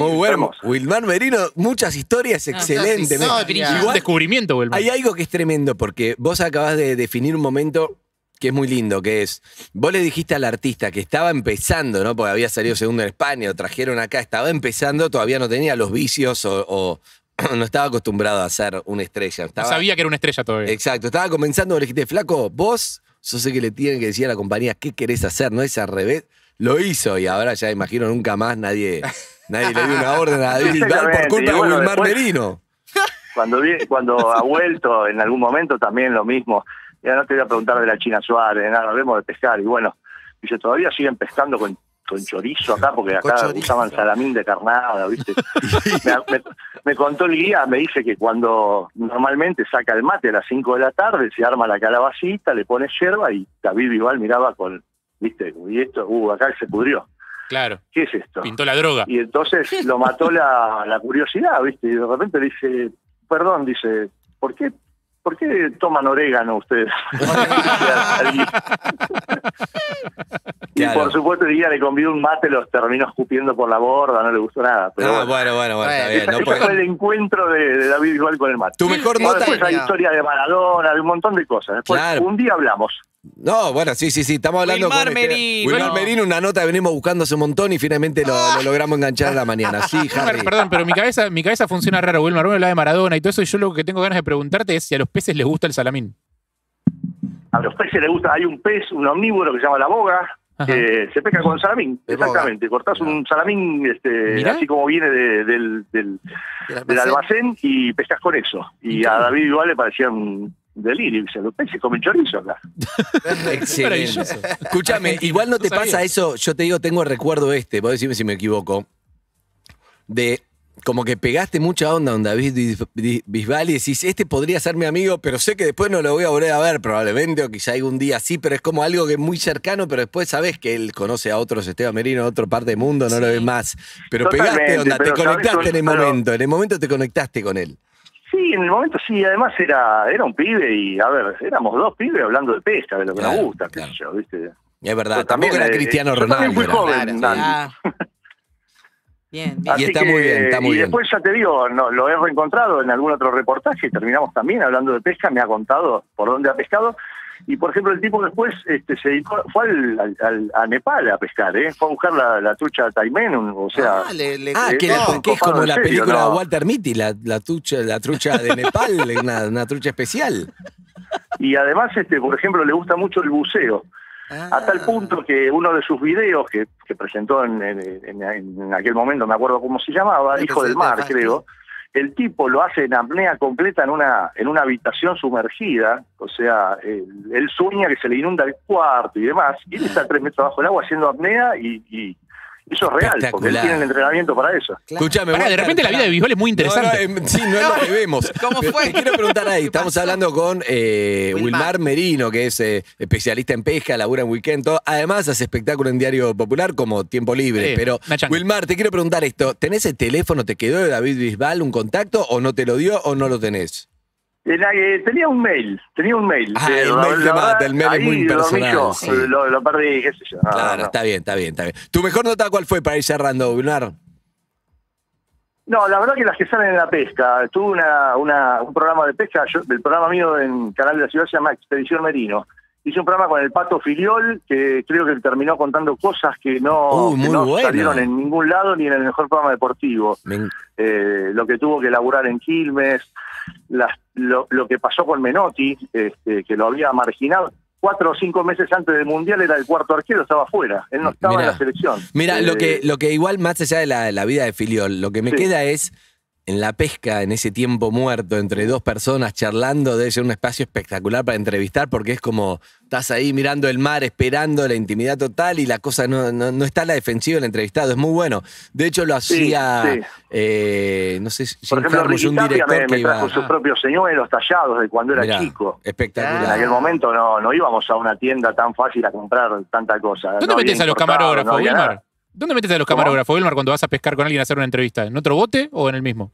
[SPEAKER 5] Muy bueno. Wilmar Merino, muchas historias excelentes.
[SPEAKER 8] No,
[SPEAKER 5] Me-
[SPEAKER 8] brillante. Un descubrimiento, Wilmar.
[SPEAKER 5] Hay algo que es tremendo, porque vos acabás de definir un momento que es muy lindo, que es, vos le dijiste al artista que estaba empezando, ¿no? Porque había salido segundo en España, lo trajeron acá, estaba empezando, todavía no tenía los vicios o, o no estaba acostumbrado a ser una estrella.
[SPEAKER 8] No
[SPEAKER 5] Estaba,
[SPEAKER 8] sabía que era una estrella todavía.
[SPEAKER 5] Exacto, estaba comenzando, le dijiste, flaco, vos sos el que le tienen que decir a la compañía qué querés hacer, no es al revés. Lo hizo y ahora ya imagino nunca más nadie, nadie le dio una orden a David Bisbal por
[SPEAKER 14] Exactamente,
[SPEAKER 5] culpa
[SPEAKER 14] y
[SPEAKER 5] de
[SPEAKER 14] bueno,
[SPEAKER 5] Wilmar
[SPEAKER 14] después-
[SPEAKER 5] Merino.
[SPEAKER 14] Cuando, vi- cuando ha vuelto en algún momento también lo mismo. Ya no te voy a preguntar de la China Suárez, nada, hablemos de pescar. Y bueno, dice, todavía siguen pescando con, con chorizo acá, porque
[SPEAKER 5] Con
[SPEAKER 14] acá
[SPEAKER 5] chorizo.
[SPEAKER 14] usaban salamín de carnada, ¿viste? me, me- me contó el guía, me dice que cuando normalmente saca el mate a las 5 de la tarde, se arma la calabacita, le pone yerba y David Vival miraba con, ¿viste? Y esto, uh, acá se pudrió.
[SPEAKER 8] Claro.
[SPEAKER 14] ¿Qué es esto?
[SPEAKER 8] Pintó la droga.
[SPEAKER 14] Y entonces lo mató la, la curiosidad, ¿viste? Y de repente le dice, perdón, dice, ¿por qué, por qué toman orégano ustedes? y
[SPEAKER 5] Claro.
[SPEAKER 14] por supuesto el guía le convidó un mate, los terminó escupiendo por la borda, no le gustó nada. Pero
[SPEAKER 5] Ah, bueno,
[SPEAKER 14] bueno.
[SPEAKER 5] bueno, bueno, está bien.
[SPEAKER 14] Ese-
[SPEAKER 5] no
[SPEAKER 14] ese
[SPEAKER 5] puede-
[SPEAKER 14] fue el encuentro de, de David Igual con el mate.
[SPEAKER 5] Tu mejor
[SPEAKER 14] Bueno,
[SPEAKER 5] nota
[SPEAKER 14] Después hay
[SPEAKER 5] era-
[SPEAKER 14] historia de Maradona, de un montón de cosas. Después
[SPEAKER 5] Claro.
[SPEAKER 14] un día hablamos.
[SPEAKER 5] No, bueno, sí, sí, sí, estamos hablando
[SPEAKER 14] Wilmar
[SPEAKER 5] con este-
[SPEAKER 14] Merino.
[SPEAKER 5] Wilmar Merino, una nota que venimos buscando hace un montón y finalmente lo, lo logramos enganchar a la mañana. Sí, Harry.
[SPEAKER 8] Perdón, pero mi cabeza, mi cabeza funciona raro. Wilmar, vos habla de Maradona y todo eso, y yo lo que tengo ganas de preguntarte es si a los peces les gusta el salamín.
[SPEAKER 14] A los peces les gusta, hay un pez, un omnívoro que se llama la boga, que se pesca con salamín, exactamente. Cortás un salamín este,
[SPEAKER 8] Mirá.
[SPEAKER 14] así como viene de- del, del, del almacén y pescas con eso. Y a David igual le parecía un delirio, dice, los peces comen chorizo acá.
[SPEAKER 5] Excelente. Escúchame, igual no te pasa eso, yo te digo, tengo el recuerdo este, vos decime si me equivoco, de como que pegaste mucha onda con David Bis- Bis- Bisbal y decís, este podría ser mi amigo, pero sé que después no lo voy a volver a ver probablemente, o quizá algún día sí, pero es como algo que es muy cercano, pero después sabes que él conoce a otros Esteban Merino, a otra parte del mundo, no lo ves más. Pero
[SPEAKER 14] Totalmente,
[SPEAKER 5] pegaste onda,
[SPEAKER 14] pero
[SPEAKER 5] te
[SPEAKER 14] sabes,
[SPEAKER 5] conectaste en el
[SPEAKER 14] pero-
[SPEAKER 5] momento, en el momento te conectaste con él.
[SPEAKER 14] Sí, en el momento sí, además era era un pibe y, a ver, éramos dos pibes hablando de pesca, de lo que
[SPEAKER 5] Claro,
[SPEAKER 14] nos gusta, qué sé yo, ¿viste?
[SPEAKER 5] Es verdad,
[SPEAKER 14] Yo también,
[SPEAKER 5] tampoco era
[SPEAKER 14] eh,
[SPEAKER 5] Cristiano
[SPEAKER 14] yo también
[SPEAKER 5] Ronaldo.
[SPEAKER 14] fui
[SPEAKER 5] era.
[SPEAKER 14] joven, Dani.
[SPEAKER 7] Ah. Bien,
[SPEAKER 5] Y está muy bien, está muy
[SPEAKER 14] y
[SPEAKER 5] bien.
[SPEAKER 14] después ya te digo, no, lo he reencontrado en algún otro reportaje, terminamos también hablando de pesca, me ha contado por dónde ha pescado. Y por ejemplo, el tipo después este, se dedicó, fue al, al- al- a Nepal a pescar, ¿eh? fue a buscar la, la trucha Taimén, un- o sea.
[SPEAKER 3] Ah, le- le-
[SPEAKER 5] Ah, que,
[SPEAKER 14] es
[SPEAKER 5] la-
[SPEAKER 14] un
[SPEAKER 5] que es
[SPEAKER 14] copado
[SPEAKER 5] como
[SPEAKER 14] en
[SPEAKER 5] la
[SPEAKER 14] serio,
[SPEAKER 5] película
[SPEAKER 14] ¿no?
[SPEAKER 5] de Walter Mitty, la, la trucha, la trucha de Nepal, una, una trucha especial.
[SPEAKER 14] Y además, este, por ejemplo, le gusta mucho el buceo.
[SPEAKER 3] Ah.
[SPEAKER 14] A tal punto que uno de sus videos que, que presentó en, en- en- en aquel momento, me acuerdo cómo se llamaba,
[SPEAKER 3] Sí,
[SPEAKER 14] Hijo del
[SPEAKER 3] sí,
[SPEAKER 14] Mar,
[SPEAKER 3] sí.
[SPEAKER 14] creo, el tipo lo hace en apnea completa en una, en una habitación sumergida, o sea, él, él sueña que se le inunda el cuarto y demás, y él está a tres metros bajo el agua haciendo apnea y, y eso es real, porque él
[SPEAKER 5] Espectacular.
[SPEAKER 14] tiene el entrenamiento para eso.
[SPEAKER 5] Escúchame,
[SPEAKER 8] Pará, de
[SPEAKER 5] Walter,
[SPEAKER 8] repente la vida
[SPEAKER 5] pará.
[SPEAKER 8] de Bisbal es muy interesante.
[SPEAKER 5] No, no, em, sí, no es lo que vemos.
[SPEAKER 15] ¿Cómo
[SPEAKER 5] Pero
[SPEAKER 15] fue?
[SPEAKER 5] Te quiero preguntar ahí. Estamos hablando con eh,
[SPEAKER 15] Wilmar.
[SPEAKER 5] Wilmar Merino, que es eh, especialista en pesca, labura en weekend. todo. Además, hace espectáculo en Diario Popular como Tiempo Libre.
[SPEAKER 8] Sí,
[SPEAKER 5] pero,
[SPEAKER 8] una changa.
[SPEAKER 5] Wilmar, te quiero preguntar esto. ¿Tenés el teléfono? ¿Te quedó de David Bisbal un contacto o no te lo dio o no lo tenés?
[SPEAKER 14] En la- eh, tenía un mail, tenía un mail.
[SPEAKER 5] Ah,
[SPEAKER 14] Eh,
[SPEAKER 5] el
[SPEAKER 14] la-
[SPEAKER 5] mail te
[SPEAKER 14] la
[SPEAKER 5] mata,
[SPEAKER 14] verdad,
[SPEAKER 5] el mail es
[SPEAKER 14] ahí
[SPEAKER 5] muy
[SPEAKER 14] lo dormí
[SPEAKER 5] impersonal,
[SPEAKER 14] yo,
[SPEAKER 5] sí.
[SPEAKER 14] Lo, lo perdí, qué sé yo. no,
[SPEAKER 5] claro,
[SPEAKER 14] Ah, no.
[SPEAKER 5] está bien, está bien, está bien. ¿Tu mejor nota cuál fue para ir cerrando, Wilmar?
[SPEAKER 14] No, la verdad que las que salen en la pesca. Tuve una, una- un programa de pesca, yo- el programa mío en Canal de la Ciudad se llama Expedición Merino. Hice un programa con el Pato Filiol, que creo que terminó contando cosas que no,
[SPEAKER 5] Uh,
[SPEAKER 14] que
[SPEAKER 5] muy
[SPEAKER 14] no
[SPEAKER 5] bueno.
[SPEAKER 14] salieron en ningún lado ni en el mejor programa deportivo.
[SPEAKER 5] Me-
[SPEAKER 14] Eh, lo que tuvo que elaborar en Quilmes, las- lo, lo que pasó con Menotti, este, que lo había marginado. Cuatro o cinco meses antes del Mundial era el cuarto arquero, estaba afuera. Él no estaba
[SPEAKER 5] Mirá.
[SPEAKER 14] en la selección.
[SPEAKER 5] Mira, lo,
[SPEAKER 14] Eh,
[SPEAKER 5] que, lo que igual, más allá de la, la vida de Filiol, lo que me queda es en la pesca, en ese tiempo muerto, entre dos personas charlando, debe ser un espacio espectacular para entrevistar, porque es como estás ahí mirando el mar, esperando la intimidad total y la cosa no, no, no está a la defensiva del entrevistado. Es muy bueno. De hecho, lo
[SPEAKER 14] Sí,
[SPEAKER 5] hacía,
[SPEAKER 14] sí.
[SPEAKER 5] eh, no sé, Jim
[SPEAKER 14] Por ejemplo,
[SPEAKER 5] Jarmusch,
[SPEAKER 14] Ricky
[SPEAKER 5] un
[SPEAKER 14] Tapia me,
[SPEAKER 5] director
[SPEAKER 14] me
[SPEAKER 5] que
[SPEAKER 14] trajo
[SPEAKER 5] iba.
[SPEAKER 14] sus propios señuelos tallados de cuando era
[SPEAKER 5] Mirá,
[SPEAKER 14] chico.
[SPEAKER 5] espectacular.
[SPEAKER 14] En aquel momento no, no íbamos a una tienda tan fácil a comprar tanta cosa.
[SPEAKER 8] ¿Dónde
[SPEAKER 14] No había
[SPEAKER 8] metes a los
[SPEAKER 14] importado,
[SPEAKER 8] camarógrafos,
[SPEAKER 14] no había
[SPEAKER 8] Wilmar?
[SPEAKER 14] nada.
[SPEAKER 8] ¿Dónde metes a los
[SPEAKER 14] ¿Cómo?
[SPEAKER 8] camarógrafos, Wilmar, cuando vas a pescar con alguien a hacer una entrevista? ¿En otro bote o en el mismo?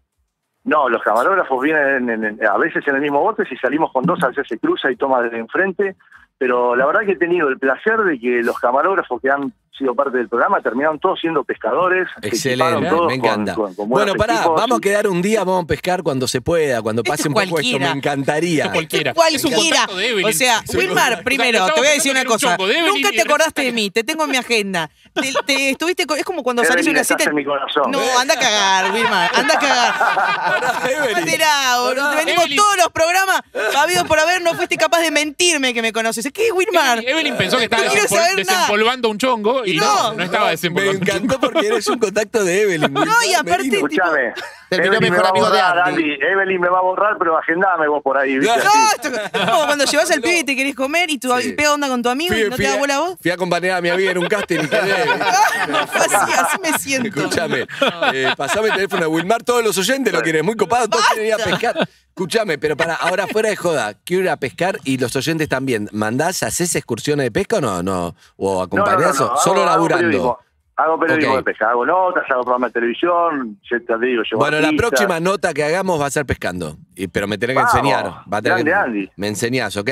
[SPEAKER 14] No, los camarógrafos vienen en- en- a veces en el mismo bote. Si salimos con dos, a veces se cruza y toma desde enfrente. Pero la verdad que he tenido el placer de que los camarógrafos que han sido parte del programa terminaron todos siendo pescadores. se equiparon
[SPEAKER 5] Excelente,
[SPEAKER 14] todos
[SPEAKER 5] me
[SPEAKER 14] con-
[SPEAKER 5] encanta.
[SPEAKER 14] con- con
[SPEAKER 5] bueno,
[SPEAKER 14] buenos
[SPEAKER 5] pará,
[SPEAKER 14] equipos.
[SPEAKER 5] vamos a quedar un día, vamos a pescar cuando se pueda, cuando pase un poco esto, me
[SPEAKER 7] cualquiera.
[SPEAKER 5] encantaría.
[SPEAKER 8] Cualquiera.
[SPEAKER 5] Es un
[SPEAKER 7] Cualquiera.
[SPEAKER 5] contacto de Evelyn.
[SPEAKER 7] O sea,
[SPEAKER 5] Es un contacto. O
[SPEAKER 7] Wilmar,
[SPEAKER 5] sea,
[SPEAKER 7] primero,
[SPEAKER 5] que
[SPEAKER 7] te voy a
[SPEAKER 5] estamos
[SPEAKER 7] decir una
[SPEAKER 5] hablando
[SPEAKER 7] cosa.
[SPEAKER 5] de un chongo de Evelyn
[SPEAKER 7] Nunca
[SPEAKER 5] y
[SPEAKER 7] te acordaste de mí, te tengo en mi agenda. Te, te estuviste con- es como cuando salís de
[SPEAKER 14] Evelyn,
[SPEAKER 7] una
[SPEAKER 14] estás
[SPEAKER 7] cita.
[SPEAKER 14] en mi corazón.
[SPEAKER 7] No, anda a cagar, Wilmar, anda a cagar. No será, boludo. Venimos todos los programas, habido por haber, no fuiste capaz de mentirme que me conoces. ¿Qué, Wilmar?
[SPEAKER 8] Evelyn pensó que estaba
[SPEAKER 7] No quiero
[SPEAKER 8] desempol-
[SPEAKER 7] saber nada.
[SPEAKER 8] desempolvando un chongo y no,
[SPEAKER 7] No.
[SPEAKER 8] no, estaba
[SPEAKER 5] Me
[SPEAKER 8] desempolvando.
[SPEAKER 5] encantó porque eres un contacto de Evelyn.
[SPEAKER 7] No, y aparte, tipo-
[SPEAKER 14] Escuchame.
[SPEAKER 5] Terminó
[SPEAKER 14] Evelyn me
[SPEAKER 5] mejor
[SPEAKER 14] va a
[SPEAKER 5] amigo de
[SPEAKER 14] borrar,
[SPEAKER 5] Andy.
[SPEAKER 14] Andy. Evelyn me va a borrar, pero agendame vos por ahí. ¿viste?
[SPEAKER 7] No,
[SPEAKER 14] Así.
[SPEAKER 7] esto- como cuando llevas al pibe y te querés comer y tu y pega onda con tu amigo
[SPEAKER 5] Fui-
[SPEAKER 7] y no
[SPEAKER 5] fui
[SPEAKER 7] te da
[SPEAKER 5] a-
[SPEAKER 7] bola a vos.
[SPEAKER 5] Fui a acompañar a mi amiga en un casting y quedé.
[SPEAKER 7] Así, así me siento.
[SPEAKER 5] Escúchame, eh, pasame el teléfono a Wilmar, todos los oyentes lo quieren, muy copado, todos quieren ir a pescar. Escúchame, pero para ahora fuera de joda, quiero ir a pescar y los oyentes también. ¿Mandás, haces excursiones de pesca o no? no? ¿O
[SPEAKER 14] No, no, no,
[SPEAKER 5] acompañás?
[SPEAKER 14] no,
[SPEAKER 5] o-
[SPEAKER 14] hago-
[SPEAKER 5] solo
[SPEAKER 14] hago
[SPEAKER 5] laburando.
[SPEAKER 14] periodismo. Hago periodismo
[SPEAKER 5] Ok.
[SPEAKER 14] de pesca, hago notas, hago programas de televisión, yo te digo, llevo
[SPEAKER 5] Bueno, la
[SPEAKER 14] artistas.
[SPEAKER 5] próxima nota que hagamos va a ser pescando, y- pero me tenés que
[SPEAKER 14] Vamos,
[SPEAKER 5] enseñar. Va a tener que-
[SPEAKER 14] grande Andy.
[SPEAKER 5] Me enseñás, ¿ok?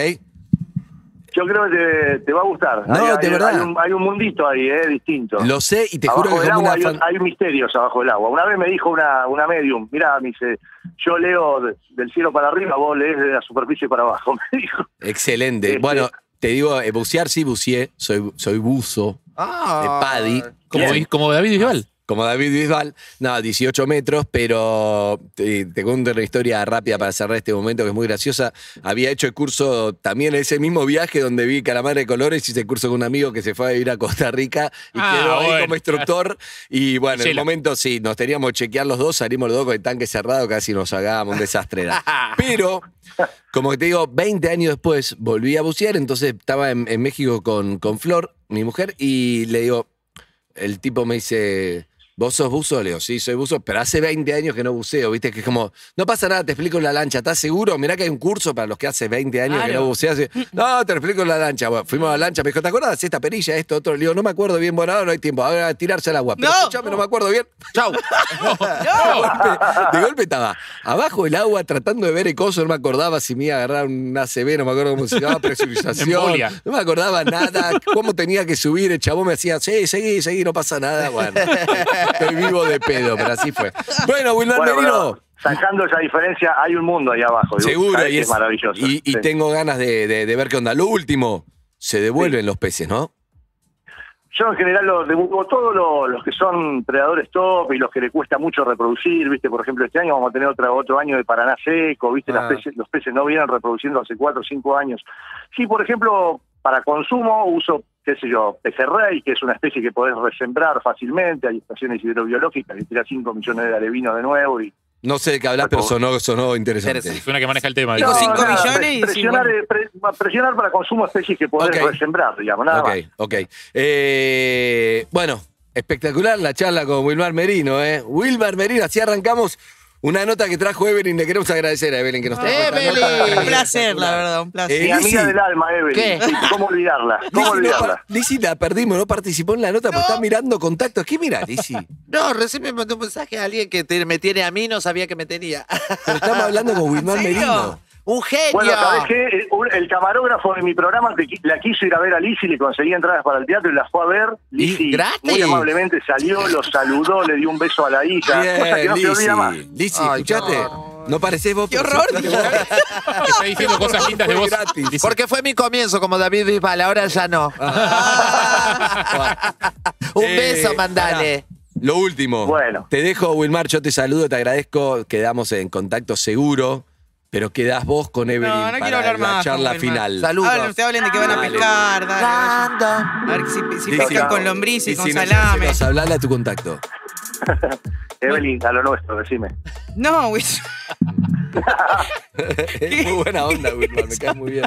[SPEAKER 14] Yo creo que te, te va a gustar.
[SPEAKER 5] No,
[SPEAKER 14] hay,
[SPEAKER 5] de
[SPEAKER 14] hay-
[SPEAKER 5] verdad.
[SPEAKER 14] Hay un, hay un mundito ahí, eh, distinto.
[SPEAKER 5] Lo sé y te
[SPEAKER 14] abajo
[SPEAKER 5] juro que
[SPEAKER 14] del
[SPEAKER 5] como
[SPEAKER 14] agua
[SPEAKER 5] una
[SPEAKER 14] hay,
[SPEAKER 5] fan-
[SPEAKER 14] hay misterios abajo del agua. Una vez me dijo una, una medium, mirá, me dice, yo leo de- del cielo para arriba, vos lees de la superficie para abajo, me dijo.
[SPEAKER 5] Excelente. Bueno, te digo, eh, bucear sí buceé, soy, soy buzo
[SPEAKER 3] Ah.
[SPEAKER 5] de
[SPEAKER 8] Ah,
[SPEAKER 5] Paddy.
[SPEAKER 8] Como- como David Bisbal.
[SPEAKER 5] Como David Bisbal, no, 18 metros, pero te, te cuento una historia rápida para cerrar este momento que es muy graciosa. Había hecho el curso también ese mismo viaje donde vi Calamar de Colores, hice el curso con un amigo que se fue a vivir a Costa Rica y
[SPEAKER 8] Ah,
[SPEAKER 5] quedó ahí
[SPEAKER 8] bueno.
[SPEAKER 5] como instructor. Y bueno, en el
[SPEAKER 8] Chela.
[SPEAKER 5] momento sí, nos teníamos que chequear los dos, salimos los dos con el tanque cerrado, casi nos hagábamos un desastre. era. Pero como que te digo, 20 años después volví a bucear, entonces estaba en, en México con, con Flor, mi mujer, y le digo, el tipo me dice, ¿vos sos buzo? Le digo, sí, soy buzo, pero hace 20 años que no buceo, ¿viste? Que es como, no pasa nada, te explico en la lancha, ¿estás seguro? Mirá que hay un curso para los que hace 20 años que
[SPEAKER 11] Claro.
[SPEAKER 5] no buceas. Y, No, te lo explico en la lancha. Bueno, fuimos a la lancha, me dijo, ¿te acuerdas? Esta perilla, esto, otro. Le digo, no me acuerdo bien, bueno, ahora no hay tiempo, ahora a tirarse al agua. Pero
[SPEAKER 7] No.
[SPEAKER 5] escuchame, no me acuerdo bien. Chau. De golpe estaba abajo del agua tratando de ver el coso, no me acordaba si me iba a agarrar un ACB, no me acuerdo cómo se llamaba, presurización.
[SPEAKER 8] Embolia.
[SPEAKER 5] No me acordaba nada, cómo tenía que subir, el chabón me hacía, sí, seguí, seguí, no pasa nada. Bueno, estoy vivo de pedo, pero así fue. Bueno, Wilmar
[SPEAKER 14] Bueno,
[SPEAKER 5] Merino,
[SPEAKER 14] pero sacando esa diferencia, hay un mundo ahí abajo.
[SPEAKER 5] seguro,
[SPEAKER 14] ¿sabes?
[SPEAKER 5] y,
[SPEAKER 14] es,
[SPEAKER 5] es-
[SPEAKER 14] maravilloso.
[SPEAKER 5] y- y
[SPEAKER 14] Sí.
[SPEAKER 5] tengo ganas de, de- de ver qué onda. Lo último, se devuelven los peces, ¿no?
[SPEAKER 14] Yo en general los divulgo todos los, los que son predadores top y los que le cuesta mucho reproducir, viste, por ejemplo, este año vamos a tener otro, otro año de Paraná seco, viste,
[SPEAKER 5] Ah.
[SPEAKER 14] Las peces- los peces no vienen reproduciendo hace cuatro o cinco años. Sí, por ejemplo, para consumo uso, qué sé yo, pejerrey, que es una especie que podés resembrar fácilmente, hay estaciones hidrobiológicas que tira 5 millones de alevinos de nuevo y
[SPEAKER 5] No sé de qué hablar, pero sonó, sonó interesante.
[SPEAKER 8] Es una que maneja el tema.
[SPEAKER 14] No,
[SPEAKER 8] dice.
[SPEAKER 14] nada, pre-
[SPEAKER 7] y
[SPEAKER 14] presionar, eh, pre- presionar para consumo especies que podés
[SPEAKER 5] Ok.
[SPEAKER 14] resembrar, digamos, nada
[SPEAKER 5] ok,
[SPEAKER 14] más.
[SPEAKER 5] ok. Eh, bueno, espectacular la charla con Wilmar Merino, ¿eh? Wilmar Merino, así arrancamos una nota que trajo Evelyn. Le queremos agradecer a Evelyn que nos trajo. esta
[SPEAKER 14] Evelyn.
[SPEAKER 5] nota.
[SPEAKER 7] Un placer, la verdad, un placer.
[SPEAKER 5] Eh,
[SPEAKER 14] Mi amiga
[SPEAKER 5] Lizzy.
[SPEAKER 14] del alma, Evelyn.
[SPEAKER 5] ¿Qué?
[SPEAKER 14] Sí, ¿Cómo olvidarla? ¿Cómo
[SPEAKER 5] Lizzy, no,
[SPEAKER 14] olvidarla?
[SPEAKER 5] par- Lizzy la perdimos, no participó en la nota porque está mirando contactos. ¿Qué mirás, Lizzy?
[SPEAKER 3] No, recién me mandó un mensaje a alguien que te- me tiene a mí, no sabía que me tenía.
[SPEAKER 5] Pero estamos hablando con Wilmar Merino.
[SPEAKER 3] ¡Un genio!
[SPEAKER 14] Bueno, ¿sabés qué? El, un- el camarógrafo de mi programa te qui- la quiso ir a ver a Lizzy, le conseguí entradas para el teatro y la fue a ver. Lizzy
[SPEAKER 3] gratis.
[SPEAKER 14] muy amablemente salió, lo saludó, le dio un beso a la hija. cosa que
[SPEAKER 5] Bien,
[SPEAKER 14] no se olvida más.
[SPEAKER 5] Lizzy. Lizzy, escuchate. No. parecés vos. ¡Qué
[SPEAKER 7] horror!
[SPEAKER 8] Está diciendo cosas lindas de vos. Dice,
[SPEAKER 3] Porque fue mi comienzo como David Bisbal, ahora ya no. Un beso, mandale.
[SPEAKER 5] Eh, Lo último.
[SPEAKER 14] Bueno.
[SPEAKER 5] Te dejo, Wilmar, yo te saludo, te agradezco, quedamos en contacto seguro, pero quedás vos con Evelyn
[SPEAKER 7] No, no
[SPEAKER 5] para
[SPEAKER 7] quiero hablar
[SPEAKER 5] la
[SPEAKER 7] más.
[SPEAKER 5] charla
[SPEAKER 7] con Wilmar.
[SPEAKER 5] final.
[SPEAKER 7] Hablen, ustedes hablen de que van a
[SPEAKER 5] Dale.
[SPEAKER 7] pescar, dale. vayan. A ver si, si
[SPEAKER 5] Lizzy,
[SPEAKER 7] pescan con
[SPEAKER 5] y
[SPEAKER 7] lombrices, con
[SPEAKER 5] si no,
[SPEAKER 7] salame.
[SPEAKER 5] se nos hablale a tu contacto.
[SPEAKER 14] Evelyn, a lo nuestro, decime.
[SPEAKER 7] No, güey.
[SPEAKER 5] Es muy buena onda, Wilmar, me cae muy bien.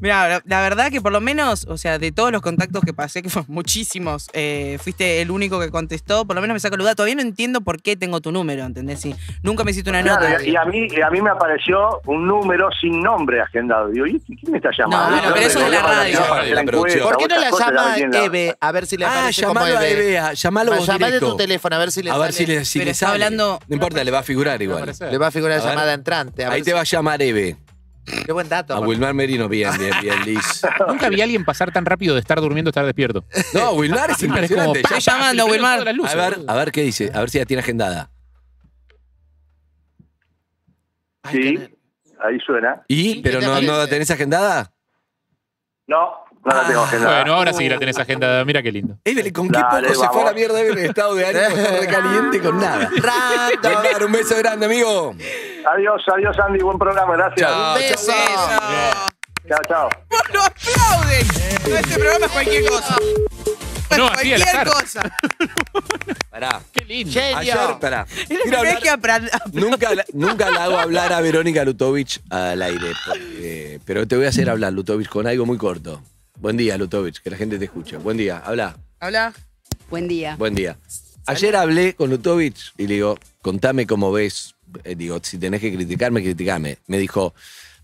[SPEAKER 7] Mira, la, la verdad que por lo menos, o sea, de todos los contactos que pasé, que fueron muchísimos, eh, fuiste el único que contestó, por lo menos me saca el lugar. Todavía no entiendo por qué tengo tu número, ¿entendés? Sí, nunca me hiciste una
[SPEAKER 14] Claro,
[SPEAKER 7] nota.
[SPEAKER 14] y, y a mí, y a mí me apareció un número sin nombre agendado. Digo, ¿y quién me está llamando?
[SPEAKER 7] bueno, pero eso es la
[SPEAKER 14] Llama-
[SPEAKER 7] radio.
[SPEAKER 14] llama-
[SPEAKER 5] La producción.
[SPEAKER 14] encuesta,
[SPEAKER 3] ¿Por qué no la
[SPEAKER 14] otras cosas,
[SPEAKER 3] llama
[SPEAKER 14] quién la-
[SPEAKER 3] Eve? A ver si le
[SPEAKER 5] Ah,
[SPEAKER 3] aparece como
[SPEAKER 5] llamalo a
[SPEAKER 3] Eve.
[SPEAKER 5] Ebea, llamalo vos
[SPEAKER 3] Llamá de
[SPEAKER 5] directo.
[SPEAKER 3] tu teléfono, a ver si le
[SPEAKER 5] A ver
[SPEAKER 3] sale.
[SPEAKER 5] si le, si
[SPEAKER 7] Pero
[SPEAKER 5] le
[SPEAKER 7] está
[SPEAKER 5] sale.
[SPEAKER 7] hablando-
[SPEAKER 5] No importa, le va a figurar igual.
[SPEAKER 8] aparecer.
[SPEAKER 3] Le va a figurar
[SPEAKER 5] A ver.
[SPEAKER 3] llamada entrante. a ver
[SPEAKER 5] Ahí te Ah,
[SPEAKER 3] si-
[SPEAKER 5] va a llamar Eve.
[SPEAKER 3] Qué buen dato.
[SPEAKER 5] A Wilmar Merino, bien, bien, bien, Liz.
[SPEAKER 8] Nunca vi a alguien pasar tan rápido de estar durmiendo a estar despierto.
[SPEAKER 5] No, Wilmar es
[SPEAKER 8] Wilmar es como,
[SPEAKER 5] impresionante.
[SPEAKER 8] pa,
[SPEAKER 5] Ya-
[SPEAKER 8] pa,
[SPEAKER 7] llamando,
[SPEAKER 8] se prende
[SPEAKER 7] Ah, Wilmar.
[SPEAKER 8] todas las luces,
[SPEAKER 5] A ver,
[SPEAKER 8] boludo.
[SPEAKER 5] a ver qué dice, a ver si la tiene agendada.
[SPEAKER 3] este?
[SPEAKER 14] Sí, ahí suena.
[SPEAKER 5] ¿Y? ¿Pero
[SPEAKER 14] te
[SPEAKER 5] no,
[SPEAKER 14] parece?
[SPEAKER 5] no la tenés agendada?
[SPEAKER 14] No, no la
[SPEAKER 7] Ah.
[SPEAKER 14] tengo agendada.
[SPEAKER 8] Bueno, ahora sí la tenés agenda. Mira qué lindo.
[SPEAKER 5] Evelyn, ¿con qué
[SPEAKER 14] Dale,
[SPEAKER 5] poco se fue
[SPEAKER 14] vamos.
[SPEAKER 5] a la mierda Evelyn? El estado de ánimo está recaliente con nada. Wilmar, un beso grande, amigo.
[SPEAKER 14] Adiós, adiós, Andy. Buen programa, gracias.
[SPEAKER 5] Chao, Un beso. chao.
[SPEAKER 14] Chao, chao.
[SPEAKER 7] ¡No aplauden! No, este programa es cualquier cosa.
[SPEAKER 8] No, así al
[SPEAKER 7] cualquier
[SPEAKER 8] azar.
[SPEAKER 7] cosa.
[SPEAKER 5] Pará.
[SPEAKER 8] Qué lindo.
[SPEAKER 5] Ayer, pará.
[SPEAKER 7] Es la
[SPEAKER 5] Quiero
[SPEAKER 7] primera vez
[SPEAKER 5] hablar-
[SPEAKER 7] que apra-
[SPEAKER 5] Nunca, la- nunca la hago hablar a Verónica Lutovich al aire. porque- pero te voy a hacer hablar, Lutovich, con algo muy corto. Buen día, Lutovich, que la gente te escucha. Buen día, habla.
[SPEAKER 7] Hola.
[SPEAKER 15] Buen día.
[SPEAKER 5] Buen día. Ayer hablé con Lutovich y le digo, contame cómo ves. Eh, digo, si tenés que criticarme, criticame. Me dijo,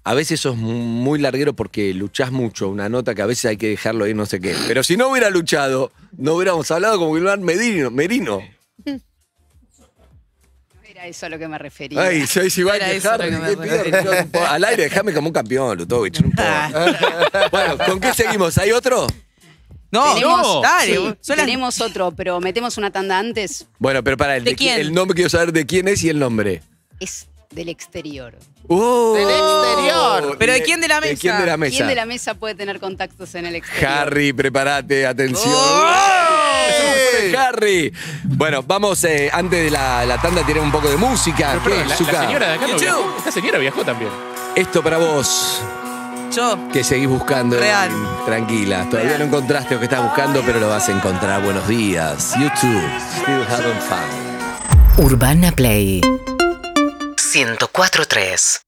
[SPEAKER 5] a veces sos mu- muy larguero porque luchás mucho. Una nota que a veces hay que dejarlo ir, no sé qué. Pero si no hubiera luchado, no hubiéramos hablado como Gilmar Merino. Merino.
[SPEAKER 15] Era eso a lo que me refería.
[SPEAKER 5] Ay, soy igual
[SPEAKER 15] Era
[SPEAKER 5] que
[SPEAKER 15] eso lo
[SPEAKER 5] Harry,
[SPEAKER 15] que me
[SPEAKER 5] ¿qué
[SPEAKER 15] refería.
[SPEAKER 5] pido? No, po- eh, Al aire, déjame como un campeón, Lutovich. no
[SPEAKER 15] Ah.
[SPEAKER 5] importa. bueno, ¿con qué seguimos? ¿Hay otro?
[SPEAKER 7] No,
[SPEAKER 15] tenemos,
[SPEAKER 5] no,
[SPEAKER 7] dale,
[SPEAKER 15] sí,
[SPEAKER 7] vos- son las-
[SPEAKER 15] tenemos otro, pero metemos una tanda antes.
[SPEAKER 5] Bueno, pero para el,
[SPEAKER 15] ¿De
[SPEAKER 5] qui-
[SPEAKER 15] quién?
[SPEAKER 5] el nombre quiero saber de quién es y el nombre.
[SPEAKER 15] Es del exterior.
[SPEAKER 5] ¡Uh!
[SPEAKER 3] Del exterior.
[SPEAKER 7] Pero ¿de quién de la
[SPEAKER 5] ¿De
[SPEAKER 7] mesa?
[SPEAKER 5] quién de la mesa?
[SPEAKER 15] ¿Quién de la mesa puede tener contactos en el exterior?
[SPEAKER 5] Harry, prepárate, atención.
[SPEAKER 7] ¡Oh!
[SPEAKER 5] ¡Ey! Harry. Bueno, vamos, eh, antes de la, la tanda tiene un poco de música.
[SPEAKER 8] Pero,
[SPEAKER 5] ¿Qué,
[SPEAKER 8] perdón, la, la
[SPEAKER 5] Zucca?
[SPEAKER 8] señora de acá no
[SPEAKER 5] ¿Qué
[SPEAKER 8] viajó.
[SPEAKER 5] chu?
[SPEAKER 8] Esta señora viajó también.
[SPEAKER 5] Esto para vos,
[SPEAKER 7] Yo.
[SPEAKER 5] que seguís buscando.
[SPEAKER 7] Real.
[SPEAKER 5] eh, Tranquila, todavía no encontraste lo que estás buscando, pero lo vas a encontrar. Buenos días. YouTube, still haven't found.
[SPEAKER 1] Urbana Play 104.3